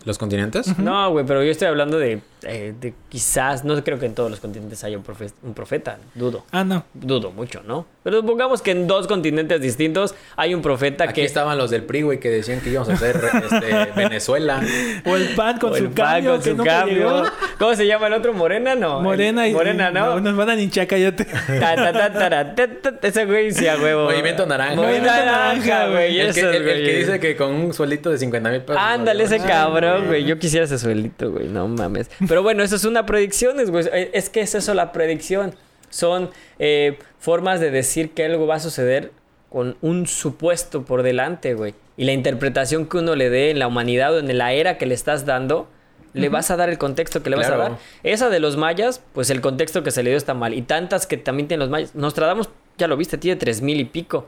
C: ¿Los continentes?
B: No, güey, pero yo estoy hablando de, eh, de quizás, no creo que en todos los continentes haya un profe- un profeta, dudo.
A: Ah, no.
B: Dudo mucho, ¿no? Pero supongamos que en dos continentes distintos hay un profeta
C: Aquí
B: que
C: estaban los del PRI, güey, que decían que íbamos a hacer este, Venezuela.
A: O el PAN con
B: O el
A: su
B: PAN
A: cambio,
B: con
A: que
B: su
A: nunca
B: cambio.
A: llegó.
B: ¿Cómo se llama el otro? Morena, no. El-
A: Morena y...
B: Morena, ¿no?
A: Nos van a linchar, cállate.
B: Ta, ta, ta, tara, ta, ta, ta. Ese güey sí, a huevo.
C: Movimiento naranja.
B: Movimiento
A: Movimiento
B: naranja,
A: naranja,
B: güey.
C: El, que,
B: esos
C: el- el que
B: güeyes.
C: dice que con un suelito de 50 mil pesos.
B: Ándale, ese
C: Ay,
B: cabrón, güey. Yo quisiera ese suelito, güey. No mames. Pero bueno, eso es una predicción, es, güey. Eh, Es que es eso la predicción. Son eh, formas de decir que algo va a suceder con un supuesto por delante, güey. Y la interpretación que uno le dé en la humanidad o en la era que le estás dando, le vas a dar el contexto que le vas a
C: Claro.
B: dar. Esa de los mayas, pues el contexto que se le dio está mal. Y tantas que también tienen los mayas. Nostradamus, ya lo viste, tiene tres mil y pico.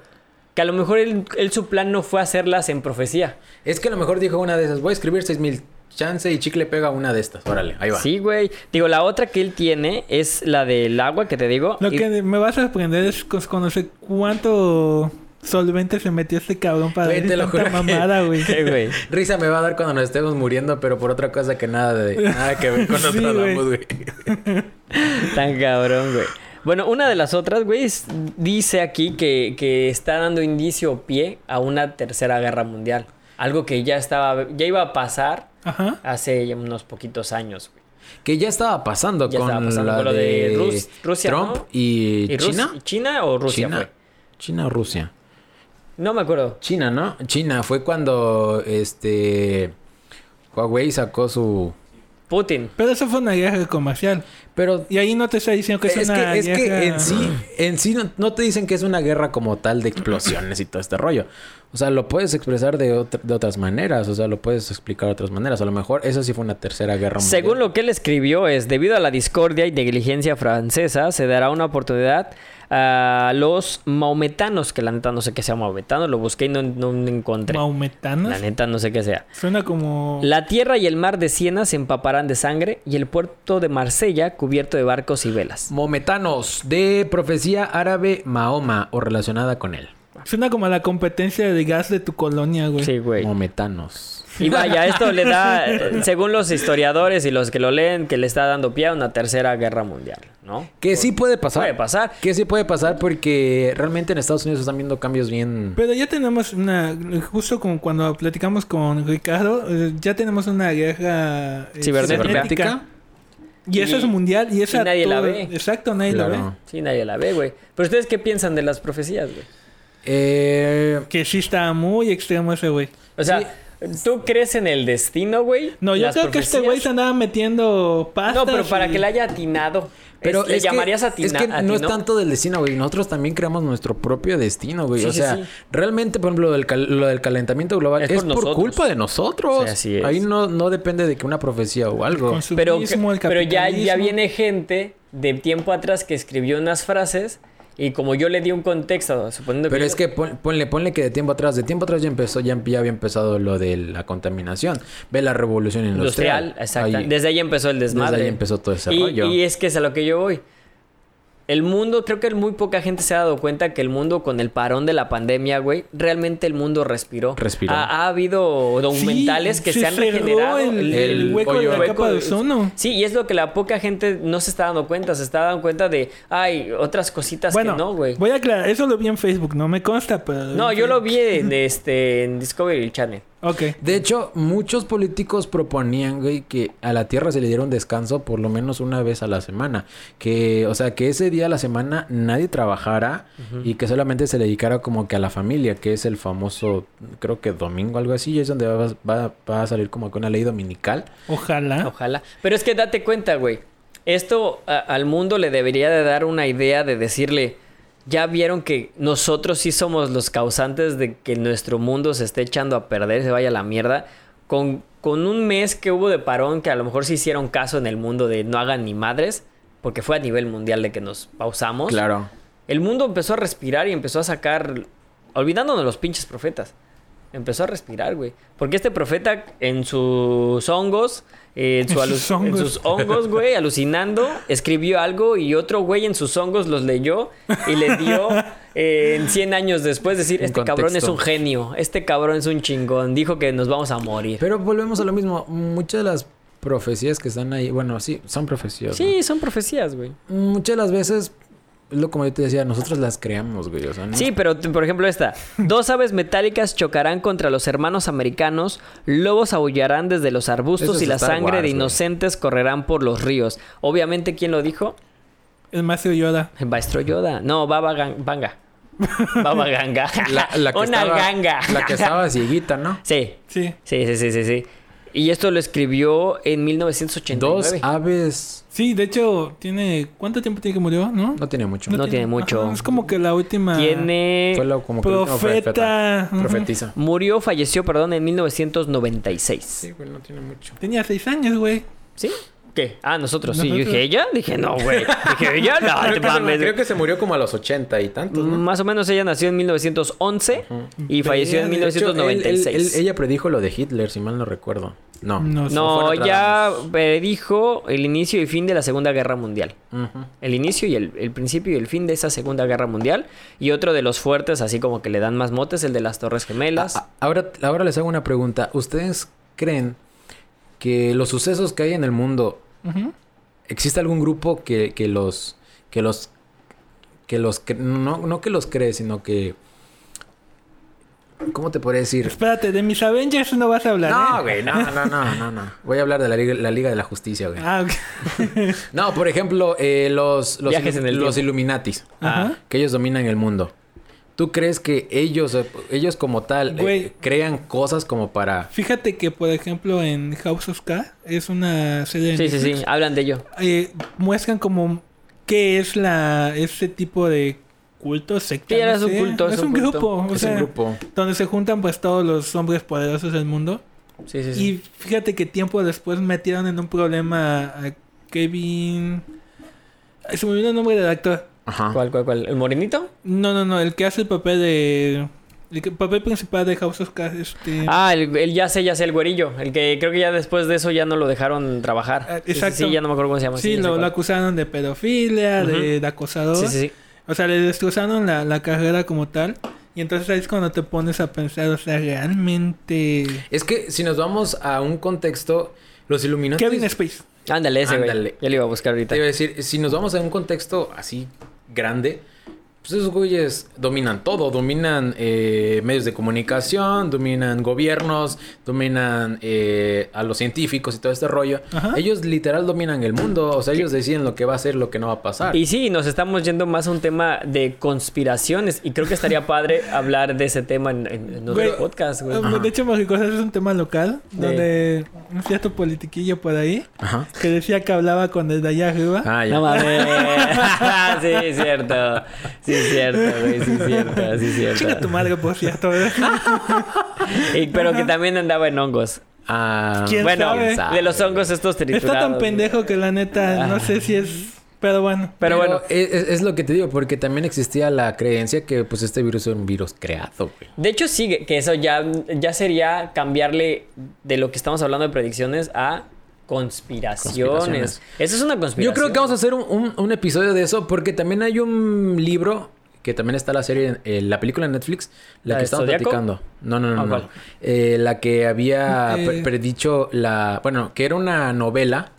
B: Que a lo mejor él, él su plan no fue hacerlas en profecía.
C: Es que a lo mejor dijo una de esas. Voy a escribir 6 mil chance y chicle pega una de estas. Órale, ahí va.
B: Sí, güey. Digo, la otra que él tiene es la del agua que te digo.
A: Lo
B: Y-
A: que me va a sorprender es cos- conocer cuánto solvente se metió este cabrón para
C: Güey,
A: decir
C: te lo
A: tanta
C: juro que-
A: mamada, güey.
B: ¿Qué, güey?
C: Risa me va a dar cuando nos estemos muriendo, pero por otra cosa que nada de nada que ver con
A: Sí,
C: Nostradamus,
A: güey.
C: güey.
B: Tan cabrón, güey. Bueno, una de las otras, güey, es- dice aquí que, que está dando indicio o pie a una tercera guerra mundial. Algo que ya estaba, ya iba a pasar
A: Ajá.
B: hace ya unos poquitos años, güey.
C: Que ya estaba pasando
B: Ya
C: con
B: estaba pasando con lo de Rus- Rusia,
C: Trump
B: ¿no?
C: y,
B: ¿Y Rus-
C: China.
B: ¿China o Rusia,
C: China.
B: güey?
C: China o Rusia.
B: No me acuerdo.
C: China, ¿no? China fue cuando este Huawei sacó su
B: Putin.
A: Pero eso fue una guerra comercial.
C: pero
A: Y ahí no te está diciendo que es,
C: es
A: una
C: que, es
A: guerra...
C: que en sí, en sí no, no te dicen que es una guerra como tal de explosiones y todo este rollo. O sea, lo puedes expresar de, otra- de otras maneras. O sea, lo puedes explicar de otras maneras. A lo mejor eso sí fue una tercera guerra mundial.
B: Según lo que él escribió es, debido a la discordia y negligencia francesa, se dará una oportunidad a los maometanos, que la neta no sé qué sea maometano, lo busqué y no, no me encontré.
A: ¿Maometanos?
B: La neta no sé qué sea.
A: Suena como...
B: La tierra y el mar de Siena se empaparán de sangre y el puerto de Marsella cubierto de barcos y velas.
C: Mometanos, de profecía árabe Mahoma o relacionada con él.
A: Suena como a la competencia de gas de tu colonia, güey.
B: Sí, güey.
C: Mometanos.
B: Y vaya, esto le da, eh, según los historiadores y los que lo leen, que le está dando pie a una tercera guerra mundial, ¿no?
C: Que sí puede pasar.
B: Puede pasar.
C: Que sí puede pasar porque realmente en Estados Unidos están viendo cambios bien...
A: Pero ya tenemos una... Justo como cuando platicamos con Ricardo, eh, ya tenemos una guerra... eh,
B: Cibernética.
A: Y, esa
B: Y-
A: es mundial y esa...
B: y nadie la ve.
A: Exacto, nadie la ve.
C: Claro.
B: Sí, nadie la ve, güey. Pero ustedes qué piensan de las profecías, güey.
C: Eh,
A: Que sí está muy extremo ese güey.
B: O sea, ¿tú crees en el destino, güey?
A: No, yo
B: Las
A: creo que este güey se
B: profecías.
A: andaba metiendo pastas.
B: No, pero para
A: y-
B: que le haya atinado. Pero
C: Pero
B: le
C: es que-
B: llamarías
C: Es
B: atinado.
C: que no es tanto del destino, güey. Nosotros también creamos nuestro propio destino, güey.
B: Sí,
C: o
B: sí,
C: sea,
B: sí.
C: realmente, por ejemplo, lo del, cal- lo del calentamiento global
B: Es
C: es,
B: por
C: por,
B: nosotros.
C: culpa de nosotros.
B: Sí, así es.
C: Ahí no, no depende de que una profecía o algo.
B: Pero,
A: consumismo, el
B: pero ya, ya
A: capitalismo.
B: viene gente de tiempo atrás que escribió unas frases y como yo le di un contexto, suponiendo
C: Pero
B: yo-
C: es que pon- ponle, ponle que de tiempo atrás, de tiempo atrás ya empezó, ya, ya había empezado lo de la contaminación. Ve la revolución industrial.
B: industrial, exacto.
C: Ahí-
B: Desde ahí empezó el desmadre.
C: desde ahí empezó todo ese
B: y,
C: rollo.
B: y es que es a lo que yo voy. El mundo, creo que muy poca gente se ha dado cuenta que el mundo con el parón de la pandemia, güey, realmente el mundo respiró.
C: Respiró.
B: Ha, ha habido documentales
A: Sí,
B: que se, han
A: cerró
B: regenerado.
A: El,
C: el
A: el hueco
C: hoyo.
A: de la
C: El
A: capa de ozono.
B: Sí, y es lo que la poca gente no se está dando cuenta. Se está dando cuenta de, ay, otras cositas
A: Bueno,
B: que no, güey.
A: voy a aclarar. Eso lo vi en Facebook. No me consta, pero...
B: No, yo lo vi en, este, en Discovery Channel.
A: Ok.
C: De hecho, muchos políticos proponían, güey, que a la Tierra se le diera un descanso por lo menos una vez a la semana. Que, o sea, que ese día a la semana nadie trabajara y que solamente se le dedicara como que a la familia, que es el famoso, creo que domingo, algo así, y es donde va, va- va a salir como que una ley dominical.
A: Ojalá.
B: Ojalá. Pero es que date cuenta, güey. Esto a- al mundo le debería de dar una idea de decirle, ya vieron que nosotros sí somos los causantes de que nuestro mundo se esté echando a perder, se vaya a la mierda. Con, con un mes que hubo de parón, que a lo mejor se hicieron caso en el mundo de no hagan ni madres, porque fue a nivel mundial de que nos pausamos.
C: Claro.
B: El mundo empezó a respirar y empezó a sacar, olvidándonos los pinches profetas. Empezó a respirar, güey. Porque este profeta en sus hongos, eh, en, su
A: En sus
B: alu- en
A: hongos.
B: sus hongos, güey, alucinando, escribió algo y otro güey en sus hongos los leyó y les dio eh, en 100 años después decir,
C: En
B: este cabrón es
C: contexto.
B: un genio, este cabrón es un chingón, dijo que nos vamos a morir.
C: Pero volvemos a lo mismo. Muchas de las profecías que están ahí, bueno, sí, son profecías.
B: sí, son profecías, güey.
C: ¿no? Muchas de las veces, es lo como yo te decía, nosotros las creamos, güey. O sea, ¿no?
B: Sí, pero t- por ejemplo esta. Dos aves metálicas chocarán contra los hermanos americanos, lobos aullarán desde los arbustos
C: Eso es
B: y la
C: Star
B: sangre
C: Wars,
B: de
C: güey.
B: inocentes correrán por los ríos. Obviamente, ¿quién lo dijo?
A: El Master Yoda.
B: El maestro Yoda. No, Baba Gan- Vanga. Baba Ganga.
C: La, la que
B: Una
C: estaba,
B: ganga.
C: La que estaba cieguita, ¿no?
B: Sí,
A: Sí.
B: sí, sí, sí, sí, sí. Y esto lo escribió en
C: Dos
B: 1989.
C: aves.
A: Sí, de hecho, tiene. ¿Cuánto tiempo tiene que murió? ¿No?
C: No tiene mucho.
B: No tiene mucho.
A: Ajá, es como que la última.
C: Fue
B: Tiene...
C: lo como que el último profeta.
A: Profeta. Ujú.
C: Profetiza.
B: Murió, falleció, perdón, en 1996.
C: Sí, güey, no tiene mucho.
A: Tenía seis años, güey.
B: ¿Sí? ¿Qué? Ah, nosotros, sí. Yo
A: Nosotros.
B: dije, ¿ella? Dije, no, güey. Dije, ¿ella? No, te
C: Creo que, se,
B: mames.
C: creo que se murió como a los 80 y tantos, ¿no?
B: Más o menos ella nació en 1911 y falleció en
C: De hecho, él- él-
B: 1996.
C: él- ella predijo lo de Hitler, si mal no recuerdo. No.
A: No.
B: no,
C: fue
B: ella
C: Nostradamus.
B: predijo el inicio y fin de la Segunda Guerra Mundial.
C: Ujú.
B: El inicio y el, el principio y el fin de esa Segunda Guerra Mundial. Y otro de los fuertes, así como que le dan más motes, el de las Torres Gemelas.
C: A- Ahora, ahora les hago una pregunta. ¿Ustedes creen que los sucesos que hay en el mundo,
A: Ujú.
C: existe algún grupo que, que los. que los. que los. cre- no, no que los cree, sino que. ¿Cómo te podría decir?
A: Espérate, de mis Avengers no vas a hablar.
C: No,
A: ¿eh?
C: güey, no, no, no, no, no. Voy a hablar de la Liga, la Liga de la Justicia, güey.
A: Ah, ok.
C: No, por ejemplo, eh, los, los,
B: Viajes
C: ilu-
B: en el
C: los
B: tiempo.
C: Illuminatis.
B: Ah.
A: Ajá.
C: que ellos dominan el mundo. ¿Tú crees que ellos, eh, ellos como tal, eh,
A: Güey.
C: crean cosas como para...
A: Fíjate que, por ejemplo, en House of Cards es una serie. de
B: sí, sí,
A: Netflix,
B: sí. Hablan de ello.
A: eh, muestran como qué es la ese tipo de culto, secta.
B: Sí,
A: no
B: es un
A: sé.
B: culto,
A: Es,
B: es un
A: un
B: culto.
A: grupo. o
C: es
A: sea,
C: un grupo.
A: Donde se juntan pues todos los hombres poderosos del mundo.
B: Sí, sí, sí.
A: Y fíjate que tiempo después metieron en un problema a Kevin... Ay, Se me olvidó el nombre del actor.
C: Ajá.
B: ¿Cuál, cuál, cuál? ¿El morenito?
A: No, no, no. El que hace el papel de... El que- papel principal de House of Cards. Este...
B: Ah, el, el- ya sé, ya sé, el güerillo. El que creo que ya después de eso ya no lo dejaron trabajar.
A: Ah,
B: Sí, sí,
A: exacto.
B: Sí, ya no me acuerdo cómo se llama.
A: sí,
B: ya sé
A: lo,
B: cuál.
A: lo acusaron de pedofilia, de, de acosador.
B: Sí, sí, sí.
A: O sea, le destrozaron la, la carrera como tal. Y entonces ahí es cuando te pones a pensar, o sea, realmente...
C: Es que si nos vamos a un contexto, los Illuminati...
A: Kevin Space.
B: Ándale, ese güey.
C: Ándale.
B: Ya lo iba a buscar ahorita.
C: Te iba a decir, si nos vamos a un contexto así grande, pues esos güeyes dominan todo, dominan eh, medios de comunicación, dominan gobiernos, dominan eh, a los científicos y todo este rollo.
A: Ajá.
C: Ellos literal dominan el mundo, o sea, ellos deciden lo que va a ser, lo que no va a pasar.
B: Y sí, nos estamos yendo más a un tema de conspiraciones. Y creo que estaría padre hablar de ese tema en, en- en otro
A: Güey,
B: podcast, güey.
A: Ah, De hecho, Magicosas es un tema local, donde un cierto politiquillo por ahí,
C: Ajá.
A: que decía que hablaba con el de allá arriba.
C: Ah, ya.
B: No mames. sí, es cierto. Sí, es cierto, güey. Sí, es cierto. Sí, es
A: Chinga tu
B: cierto.
A: madre, por cierto. ¿eh?
B: Y- pero que también andaba en hongos.
C: Ah,
A: ¿Quién
B: bueno,
A: sabe?
B: de los hongos estos triturados.
A: Está tan
B: güey. Ah.
A: pendejo que la neta, no sé si es... Pero bueno.
B: Pero bueno,
C: Es, e-, es- es lo que te digo, porque también existía la creencia que pues este virus era un virus creado, güey.
B: De hecho, sí, que- que eso ya, ya sería cambiarle de lo que estamos hablando de predicciones a conspiraciones.
C: Conspiraciones.
B: Eso es una
C: Yo
B: conspiración.
C: creo que vamos a hacer un, un- un episodio de eso, porque también hay un libro que también está la serie, en- eh, la película en Netflix,
B: ¿La
C: la, que
B: de
C: estamos
B: Zodiaco?
C: platicando. No, no, no,
B: Ah,
C: no.
B: ¿cuál?
C: Eh, la que había
A: Eh.
C: pre- predicho la. Bueno, que era una novela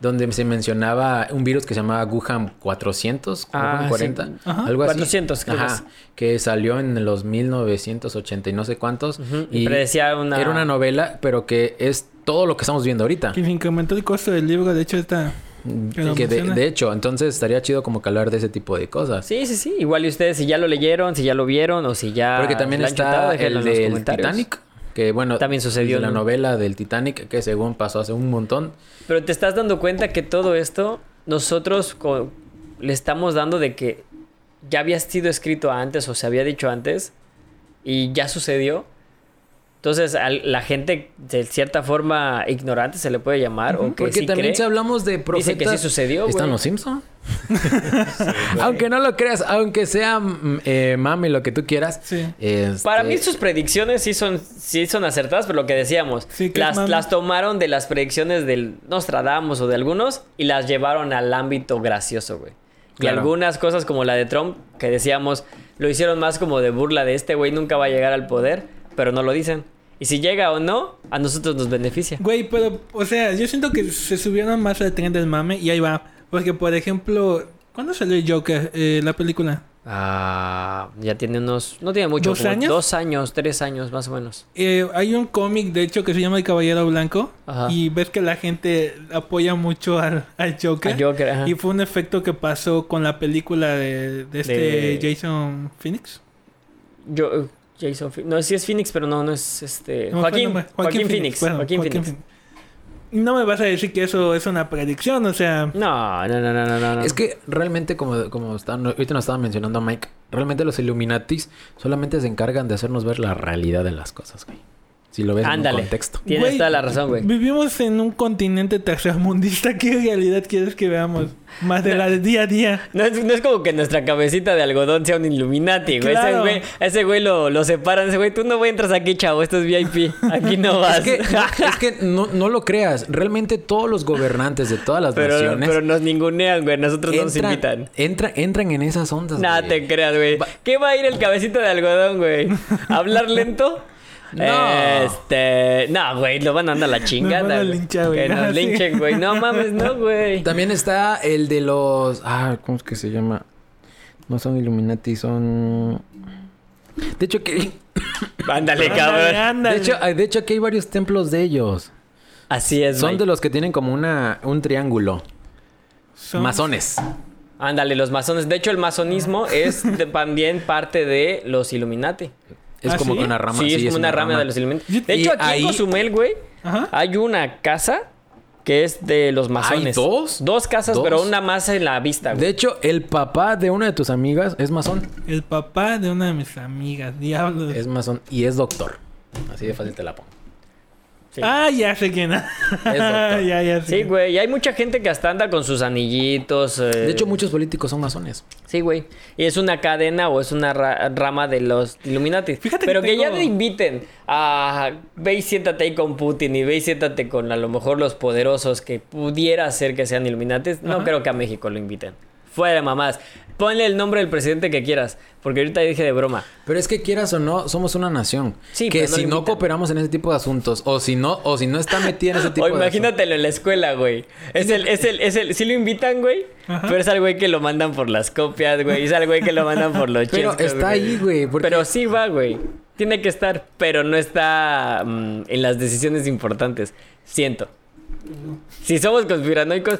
C: donde se mencionaba un virus que se llamaba Wuhan 400,
B: Ah,
C: Wuhan 40,
B: sí.
A: Ajá.
C: algo así.
B: 400 creo que
C: Ajá, que salió en los 1980 y no sé cuántos.
B: Ujú, y predecía una-
C: Era una novela, pero que es todo lo que estamos viendo ahorita.
A: Que se incrementó el costo del libro, de hecho está... que lo
C: Mm, Que de,
A: menciona.
C: de hecho, entonces estaría chido como que hablar de ese tipo de cosas.
B: Sí, sí, sí. Igual y ustedes si ya lo leyeron, si ya lo vieron o si ya...
C: Porque también
B: lo han chutado,
C: está
B: déjenlo
C: el
B: en los
C: del
B: comentarios.
C: Titanic. Que bueno,
B: También sucedió,
C: de la
B: ¿no?
C: novela del Titanic, que según pasó hace un montón.
B: Pero te estás dando cuenta que todo esto nosotros co- le estamos dando de que ya había sido escrito antes o se había dicho antes y ya sucedió. Entonces, a la gente de cierta forma ignorante se le puede llamar. o que
C: Porque
B: sí
C: también
B: cree.
C: si hablamos de
B: Dice
C: profetas...
B: que sí sucedió, güey.
C: ¿Están los Simpson? aunque no lo creas, aunque sea mm, eh, mame lo que tú quieras.
A: Sí.
C: este,
B: Para mí sus predicciones sí son, sí son acertadas, pero lo que decíamos,
A: Sí, que es
B: las,
A: mame.
B: las tomaron de las predicciones del Nostradamus o de algunos y las llevaron al ámbito gracioso, güey. Y
C: Claro.
B: algunas cosas como la de Trump, que decíamos, lo hicieron más como de burla de este güey nunca va a llegar al poder, pero no lo dicen. Y si llega o no, a nosotros nos beneficia.
A: Güey, pero, o sea, yo siento que se subieron más al tren del mame y ahí va. Porque, por ejemplo, ¿cuándo salió Joker, eh, la película?
B: Ah, ya tiene unos, no tiene mucho,
A: ¿Dos
B: como
A: años?
B: dos años, tres años más o menos.
A: Eh, hay un cómic, de hecho, que se llama El Caballero Blanco.
B: Ajá.
A: Y ves que la gente apoya mucho al, al Joker.
B: Al Joker, Ah, ajá.
A: Y fue un efecto que pasó con la película de, de este
B: De-
A: Jason Phoenix.
B: Yo, eh, Jason, Phoe- no, sí es Phoenix, pero no, no es este.
A: No me
B: Joaquín,
A: acuerdo el nombre.
B: Joaquín, Phoenix.
A: perdón,
B: Joaquín, Phoenix.
A: No me vas a decir que eso es una predicción, o sea...
B: No, no, no, no, no, no, no.
C: Es que realmente, como, como está- no- ahorita nos estaba mencionando Mike, realmente los Illuminatis solamente se encargan de hacernos ver la realidad de las cosas, güey. Si lo ves en
B: Ándale.
C: un contexto.
B: Tienes
A: Güey,
B: toda la razón, güey.
A: Vivimos en un continente tercermundista. ¿Qué realidad quieres que veamos? Más de la del día a día.
B: No es, no es como que nuestra cabecita de algodón sea un Illuminati, güey.
A: Claro.
B: Ese güey, ese güey lo, lo separan. Ese güey, tú no entras aquí, chavo. Esto es VIP. Aquí no vas.
C: Es que, no, es que no, no lo creas. Realmente todos los gobernantes de todas las
B: pero,
C: naciones
B: pero nos ningunean, güey. Nosotros nos
C: entran,
B: invitan.
C: entra- entran en esas ondas.
B: Nada
C: güey.
B: te creas, güey.
C: Va-
B: ¿Qué va a ir el cabecita de algodón, güey? ¿Hablar lento?
C: No.
B: Este. No, güey, lo van a andar a la chingada.
A: van a
B: güey.
A: linchar, güey.
B: Que nos
A: Sí.
B: linchen, güey. No mames, no, güey.
C: También Ah, está el de los. Ah, ¿cómo es que se llama? No son Illuminati, son. De hecho, que.
B: Ándale,
A: Ándale,
B: cabrón.
A: ándale.
C: De hecho, ah, de hecho, aquí hay varios templos de ellos.
B: Así es,
C: Son
B: güey.
C: de los que tienen como una, un triángulo.
A: Son-
C: Masones.
B: Ándale, los masones. De hecho, el masonismo
C: Ah.
B: es de- también parte de los Illuminati.
C: Es
A: ¿Ah,
C: como
A: sí?
C: que una rama.
B: sí, es, una, rama, de los
C: Y-
B: Illuminati. De hecho,
C: y
B: aquí
C: ahí-
B: en Cozumel, güey,
A: Ajá.
B: hay una casa que es de los masones.
C: dos?
B: Dos casas,
C: ¿Dos?
B: pero una más en la vista, güey.
C: De hecho, el papá de una de tus amigas es masón.
A: El papá de una de mis amigas, diablos.
C: Es masón y es doctor. Así de fácil te la pongo.
B: Sí.
A: Ah, ya sé quién. es
C: doctor.
A: ya, ya sé.
B: Sí,
A: quién.
B: güey. Y hay mucha gente que hasta anda con sus anillitos. eh,
C: De hecho, muchos políticos son masones.
B: Sí, güey. Y es una cadena o es una ra- rama de los Illuminati.
A: Fíjate
B: Pero
A: que
B: que,
A: tengo-
B: ya te inviten a... Ve y siéntate ahí con Putin y ve y siéntate con a lo mejor los poderosos que pudiera ser que sean Illuminati.
A: Ajá.
B: No creo que a México lo inviten. Fuera, mamás. Ponle el nombre del presidente que quieras. Porque ahorita dije de broma.
C: Pero es que quieras o no, somos una nación.
B: Sí,
C: que
B: pero no
C: si
B: le
C: no
B: invitan.
C: cooperamos en ese tipo de asuntos, o si no, o si no está metida en ese tipo
B: O
C: de asuntos.
B: imagínatelo en la escuela, güey. Es el, es el, es el, sí lo invitan, güey.
A: Ajá.
B: Pero es al güey que lo mandan por las copias, güey. Es al güey que lo mandan por los
C: Pero
B: chescos,
C: está ahí, güey, porque-
B: Pero sí va, güey. Tiene que estar, pero no está mm, en las decisiones importantes. Siento. Si somos conspiranoicos,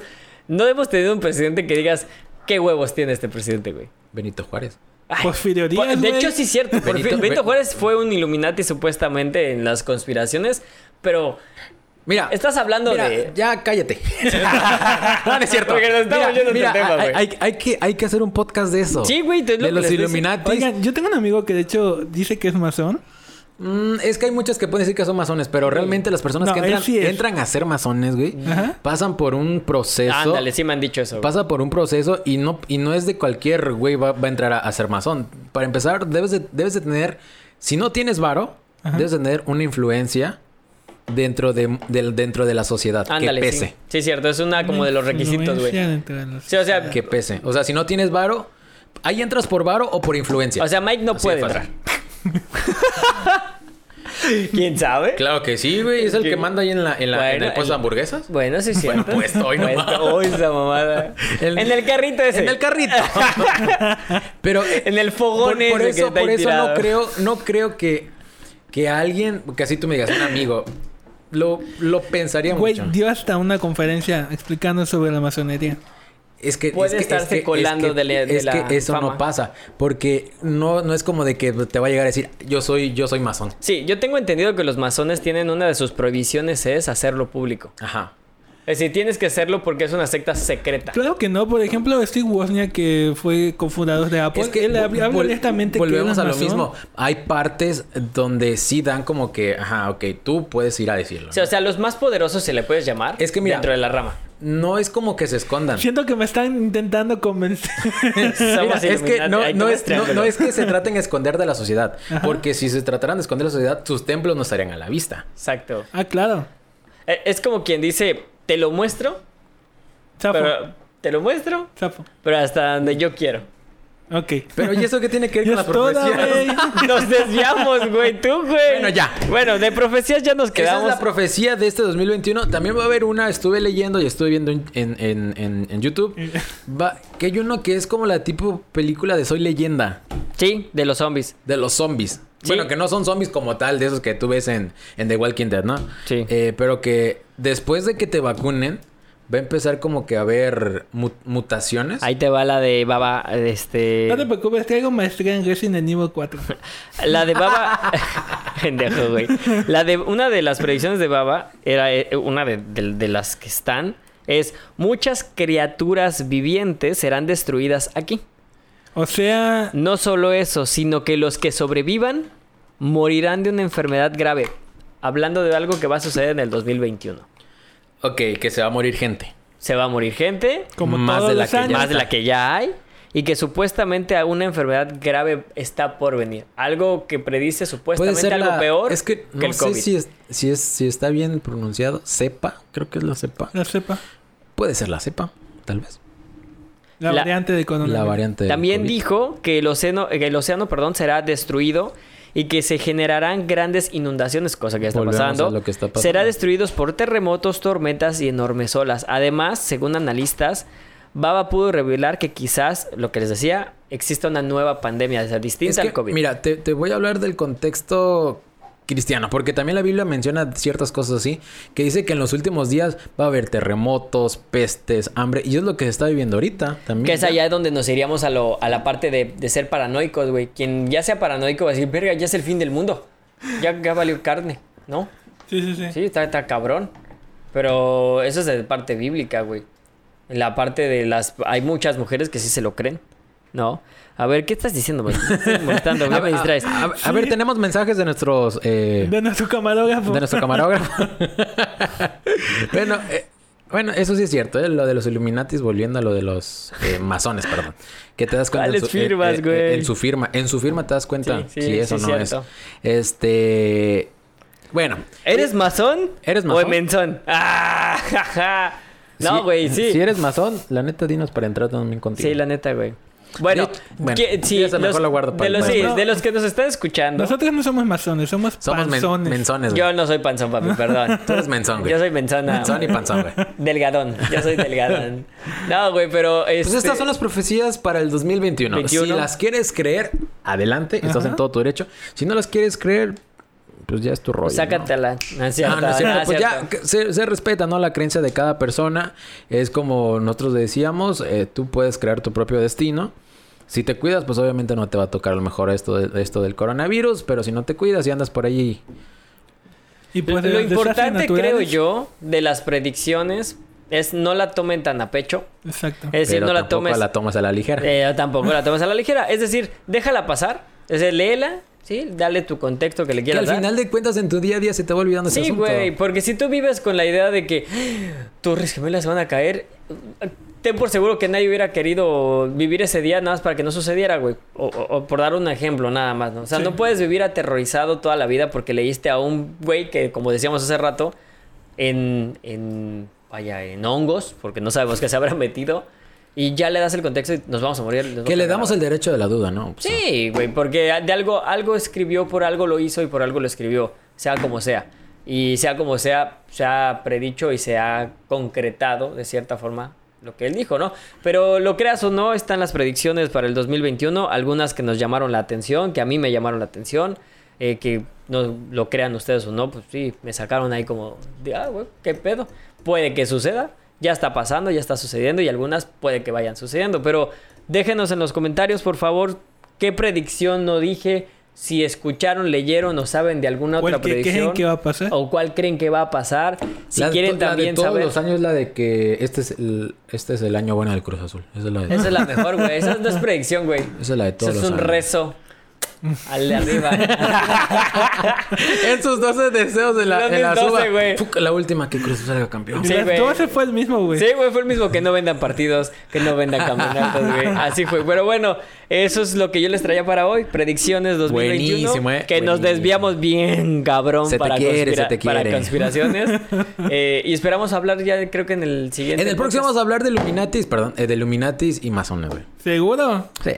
B: no hemos tenido un presidente que digas qué huevos tiene este presidente, güey.
C: Benito Juárez.
B: Ay,
A: Porfirio Díaz,
B: por- De
A: güey.
B: hecho, sí es cierto. Porfi-
C: Benito-
B: Benito,
C: Ben-
B: Juárez fue un Illuminati supuestamente en las conspiraciones, pero
C: Mira.
B: Estás hablando
C: mira,
B: de-
C: Ya cállate. no, no es cierto.
B: Porque nos estamos yendo del tema,
C: hay,
B: güey.
C: hay- hay que, hay que hacer un podcast de eso.
B: Sí, güey, te- es lo
C: De
B: que
C: los
B: les estoy
C: Illuminati.
A: Oigan, yo tengo un amigo que de hecho dice que es masón.
C: Mm, es que hay muchas que pueden decir que son masones, pero realmente las personas
A: No,
C: que
A: él
C: entran,
A: sí es.
C: entran a ser masones, güey,
A: Ajá.
C: pasan por un proceso.
B: Mm. Ándale, sí me han dicho eso. güey.
C: Pasa por un proceso y no, y no es de cualquier güey va, va a entrar a, a ser masón. Para empezar, debes de, debes de tener, si no tienes varo,
A: Ajá.
C: debes de tener una influencia dentro de, del- dentro de la sociedad.
B: Ándale,
C: que
B: sí.
C: pese.
B: Sí, cierto, es una como de los requisitos,
A: Influencia
B: güey.
A: dentro de los-
B: Sí, o sea,
C: Que pese. O sea, si no tienes varo, ahí entras por varo o por influencia.
B: o sea, Mike no
C: Así de
B: puede.
C: fácil.
B: ¿Quién sabe?
C: Claro que sí, güey. Es el
B: Que-
C: que manda ahí en, la, en, la, en
B: Bueno,
C: el puesto de
B: el-
C: hamburguesas.
B: Bueno, sí es cierto.
C: Bueno, pues, hoy no
B: Puesto,
C: mames.
B: hoy esa mamada.
C: El-
B: En el carrito ese.
C: En el carrito. Pero
B: En el fogón
C: por, por
B: ese que
C: eso,
B: está ahí
C: por eso no
B: tirado.
C: creo, no creo que, que alguien, que así tú me digas, un amigo, lo, lo pensaría
A: Güey,
C: mucho.
A: dio hasta una conferencia explicando sobre la masonería.
C: Es que
B: Puede
C: es que-
B: estarse
C: es que- es
B: colando
C: que-
B: de la- de
C: es que
B: la
C: eso no
B: fama.
C: pasa, porque no, no es como de que te va a llegar a decir, yo soy, yo soy masón.
B: Sí, yo tengo entendido que los masones tienen una de sus prohibiciones es hacerlo público.
C: Ajá.
B: Es decir, tienes que hacerlo porque es una secta secreta.
A: Claro que no, por ejemplo, Steve Wozniak, que fue cofundador de
B: Pues,
A: Apple,
C: Es que
A: él habla
C: vol-
A: directamente que
C: volvemos
A: era
C: a lo
A: masón.
C: mismo. Hay partes donde sí dan como que, ajá, ok, tú puedes ir a decirlo.
B: O sea, o sea, los más poderosos se le puedes llamar
C: Es que mira-
B: dentro de la rama.
C: no es como que se escondan.
A: Siento que me están intentando convencer.
B: Somos
C: Mira, es que
B: Illuminati.
C: no,
B: Ahí
C: no
B: tenés
C: es, no-
B: triángulo.
C: no es que se traten de esconder de la sociedad,
A: Ajá.
C: porque si se trataran de esconder de la sociedad, sus templos no estarían a la vista.
B: Exacto.
A: ah, claro.
B: Eh, Es como quien dice, te lo muestro,
A: Zafo.
B: pero te lo muestro,
A: Zafo.
B: pero hasta donde yo quiero.
A: Ok.
C: Pero ¿y eso qué tiene que ver
A: Y
C: con la
A: es toda,
C: profecía?
A: güey.
B: Nos desviamos, güey, tú, güey.
C: Bueno, ya.
B: Bueno, de profecías ya nos
C: Esa es
B: quedamos.
C: la profecía de este 2021. También va a haber una, estuve leyendo y estuve viendo en, en- en- en- en YouTube, va- que hay uno que es como la tipo película de Soy Leyenda,
B: sí, de los zombies.
C: de los zombies.
B: Sí.
C: Bueno, que no son zombies como tal, de esos que tú ves en, en The Walking Dead, ¿no?
B: Sí.
C: Eh, pero que después de que te vacunen, va a empezar como que a haber mu- mutaciones.
B: Ahí te va la de Baba, este...
A: No te preocupes, traigo maestría en Resident Evil 4.
B: La de Baba. Pendejo, güey. La de, una de las predicciones de Baba era eh, una de, de- de las que están. Es muchas criaturas vivientes serán destruidas aquí.
A: O sea,
B: No solo eso, sino que los que sobrevivan morirán de una enfermedad grave. Hablando de algo que va a suceder en el 2021.
C: Ok, que se va a morir gente.
B: Se va a morir gente,
A: como
C: Más
A: todos
C: de la
A: los
C: que ya-
A: años.
B: más de la que ya hay, y que supuestamente una enfermedad grave está por venir. Algo que predice supuestamente algo
C: la-
B: peor
C: Es que no
B: el
C: sé
B: COVID.
C: si, es- si, es, si está bien pronunciado. Cepa, creo que es la cepa.
A: La cepa.
C: Puede ser la cepa, tal vez.
A: La,
B: La-
A: variante de coronavirus.
C: La variante. del
B: También
C: COVID.
B: dijo que el océano, que el océano perdón, será destruido y que se generarán grandes inundaciones, cosa que ya está
C: Volvemos
B: pasando.
C: a lo que está pasando.
B: Será destruidos por terremotos, tormentas y enormes olas. Además, según analistas, Baba pudo revelar que quizás, lo que les decía, exista una nueva pandemia, o sea, distinta
C: Es que,
B: al COVID.
C: Mira, te, te voy a hablar del contexto cristiano, porque también la Biblia menciona ciertas cosas así, que dice que en los últimos días va a haber terremotos, pestes, hambre, y es lo que se está viviendo ahorita también.
B: que es allá donde nos iríamos a, lo, a la parte de, de ser paranoicos, güey. Quien ya sea paranoico va a decir, verga, ya es el fin del mundo. Ya, ya valió carne, ¿no?
A: Sí, sí, sí.
B: Sí, está, está cabrón. Pero eso es de parte bíblica, güey. En la parte de las... Hay muchas mujeres que sí se lo creen. ¿No? A ver, ¿qué estás diciendo, güey? Te estoy molestando,
C: A,
B: ya me distraes.
C: a- a- a ver, tenemos mensajes de nuestros... eh,
A: De nuestro camarógrafo.
C: de nuestro camarógrafo. bueno, eh, bueno, eso sí es cierto, ¿eh? lo de los Illuminatis, volviendo a lo de los eh, masones, perdón. Que te das cuenta en
B: ¿Cuáles
C: su, eh,
B: firmas,
C: eh,
B: güey?
C: en su firma, en su firma te das cuenta
B: Sí, sí,
C: si eso
B: sí,
C: no
B: cierto.
C: es. Este, bueno,
B: ¿Eres masón?
C: ¿Eres
B: ¿O
C: masón?
B: menzón? ¡Ah! ja, ja! No,
C: si-
B: güey, sí.
C: Si eres masón, la neta dinos para entrar también contigo.
B: Sí, la neta, güey. Bueno,
C: De- bueno,
B: que- sí,
C: sí, esa mejor la guardo para
B: de,
C: el
B: los, sí,
A: maestro.
B: de los que nos están escuchando,
A: Nosotros no somos masones, somos,
C: Somos men-
A: panzones.
C: menzones. güey.
B: yo no soy panzón, papi, perdón.
C: Tú eres menzón, güey.
B: Yo soy menzón. nada
C: Menzón y
B: más.
C: panzón, güey.
B: Delgadón, yo soy delgadón. No, güey, pero...
C: Pues
B: este-
C: estas son las profecías para el 2021.
B: 21.
C: Si las quieres creer, adelante, estás
A: Ajá.
C: en todo tu derecho. Si no las quieres creer, pues ya es tu rollo. ¿no?
B: Sácatela. No es cierto,
C: Ah, no es cierto.
B: no es
C: Pues ya
B: cierto.
C: que se, se respeta, ¿no? La creencia de cada persona. Es como nosotros decíamos, eh, tú puedes crear tu propio destino. Si te cuidas, pues obviamente no te va a tocar a lo mejor esto, de- esto del coronavirus, pero si no te cuidas y andas por ahí...
A: Y pues de
B: Lo
A: los desastres
B: importante,
A: naturales-
B: creo yo, de las predicciones es no la tomen tan a pecho.
A: Exacto.
B: Es decir,
C: pero
B: no la
C: tampoco
B: tomes...
C: la tomas a la ligera.
B: eh, tampoco la tomes a la ligera. Es decir, déjala pasar. Es decir, léela, ¿sí? Dale tu contexto que le
C: que
B: quieras
C: al
B: dar.
C: final de cuentas en tu día a día se te va olvidando ese
B: Sí,
C: asunto.
B: güey, pues, porque si tú vives con la idea de que "Ah, torres gemelas van a caer, ten por seguro que nadie hubiera querido vivir ese día nada más para que no sucediera, güey. O, o- o por dar un ejemplo nada más, ¿no? O sea,
A: Sí.
B: no puedes vivir aterrorizado toda la vida porque leíste a un güey que, como decíamos hace rato, en, en, vaya, en hongos, porque no sabemos qué se habrá metido, y ya le das el contexto y nos vamos a morir. nos vamos
C: Que
B: a
C: le
B: cagar,
C: damos
B: güey.
C: el derecho de la duda, ¿no? Pues,
B: Sí, güey, porque de algo, algo escribió, por algo lo hizo y por algo lo escribió, sea como sea. Y sea como sea, se ha predicho y se ha concretado de cierta forma lo que él dijo, ¿no? Pero lo creas o no, están las predicciones para el 2021, algunas que nos llamaron la atención, que a mí me llamaron la atención, eh, que no lo crean ustedes o no, pues sí, me sacaron ahí como, de, ah, güey, qué pedo, puede que suceda, ya está pasando, ya está sucediendo y algunas puede que vayan sucediendo. Pero déjenos en los comentarios, por favor, qué predicción no dije, si escucharon, leyeron o saben de alguna
A: ¿Cuál
B: otra
A: que creen
B: predicción. Oh,
A: que va a pasar?
B: O cuál creen que va a pasar. Si
C: La de
B: quieren
C: to- la
B: también
C: de todos
B: saber.
C: los años la de que este es el, este es el año bueno del Cruz Azul. Esa es la de,
B: Esa es la mejor, güey. Esa no es predicción, güey.
C: esa es la de
B: Eso
C: todos
B: es
C: los
B: un
C: años.
B: rezo. Al de arriba.
C: Esos 12 deseos de la,
B: Los
C: de la
B: 12,
C: suba.
B: güey.
C: Fuck, la última que Cruz Azul salga campeón.
B: Sí,
A: Las
B: güey.
A: 12 fue el mismo, güey.
B: Sí, güey, fue el mismo que no vendan partidos, que no vendan campeonatos, güey. Así fue. Pero bueno, eso es lo que yo les traía para hoy. Predicciones 2021.
C: Buenísimo, eh.
B: Que nos
C: Buenísimo.
B: desviamos bien, cabrón,
C: Se te
B: para,
C: quiere,
B: conspira-
C: se te
B: para
C: quiere.
B: conspiraciones. Eh, y esperamos hablar ya, creo que en el siguiente.
C: En el próximo vamos a hablar de Illuminatis, perdón, eh, de Illuminatis y masones, güey.
A: ¿Seguro?
B: Sí.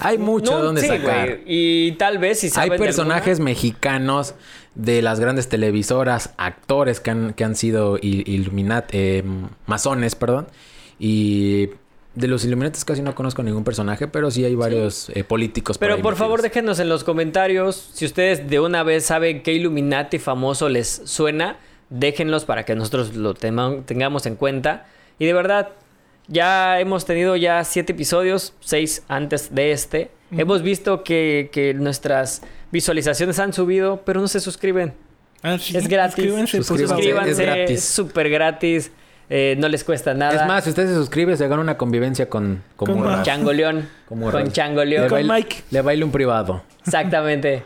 C: Hay mucho
B: No,
C: donde
B: sí,
C: sacar.
B: güey. Y tal vez si
C: Hay
B: saben de
C: personajes mexicanos de las grandes televisoras, actores que han, que han sido il- iluminat- eh, masones, perdón. Y de los iluminatis casi no conozco ningún personaje, pero sí hay varios eh, políticos.
B: Pero
C: ahí
B: por favor
C: metidos.
B: déjenos en los comentarios si ustedes de una vez saben qué Illuminati famoso les suena, déjenlos para que nosotros lo tema- tengamos en cuenta. Y de verdad, ya hemos tenido ya siete episodios, seis antes de este. Hemos visto que, que nuestras visualizaciones han subido, pero no se suscriben.
A: Ah, sí,
B: Es gratis.
A: Suscríbanse, por
C: Suscríbanse.
A: favor.
B: Suscríbanse,
C: es gratis.
B: súper gratis, eh, no les cuesta nada.
C: Es más, si usted se suscribe, se gana una convivencia con, con
A: Con
C: Murray.
A: Murray.
B: Changoleón,
C: Con Murray.
B: con Changoleón,
C: Le baila-
A: Mike.
C: Le baila un privado.
B: exactamente,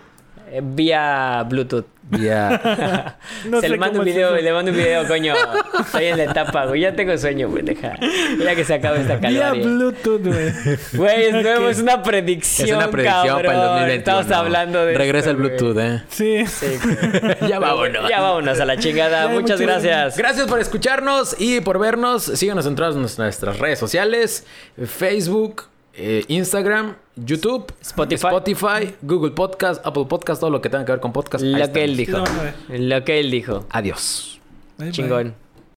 B: eh, vía Bluetooth.
C: Ya.
A: No
B: se
A: sé
B: le mando un
A: cómo es
B: video,
A: eso.
B: le mando un video, coño. Estoy en la etapa, güey. Ya tengo sueño, güey. Deja. Ya que se acaba esta
A: Vía
B: calvaria.
A: Bluetooth, güey.
B: Güey, es nuevo,
A: Ok.
B: es una predicción.
C: es una predicción para el
B: cabrón.
C: 2021.
B: Estamos hablando de. esto,
C: Regresa el Bluetooth, eh.
A: Sí.
B: güey. Sí, güey.
C: Ya vámonos.
B: Ya vámonos a la chingada.
A: Ya, muchas
B: Muchas gracias.
C: Gracias por escucharnos y por vernos. Síganos en todas nuestras- nuestras redes sociales: Facebook, eh, Instagram, YouTube,
B: Spotify.
C: Spotify, Google Podcast, Apple Podcast, todo lo que tenga que ver con podcast. ahí
B: Lo que
C: estamos.
B: él dijo.
A: Sí, vamos a
B: Lo que él dijo.
C: Adiós.
A: Bye, bye.
B: Chingón.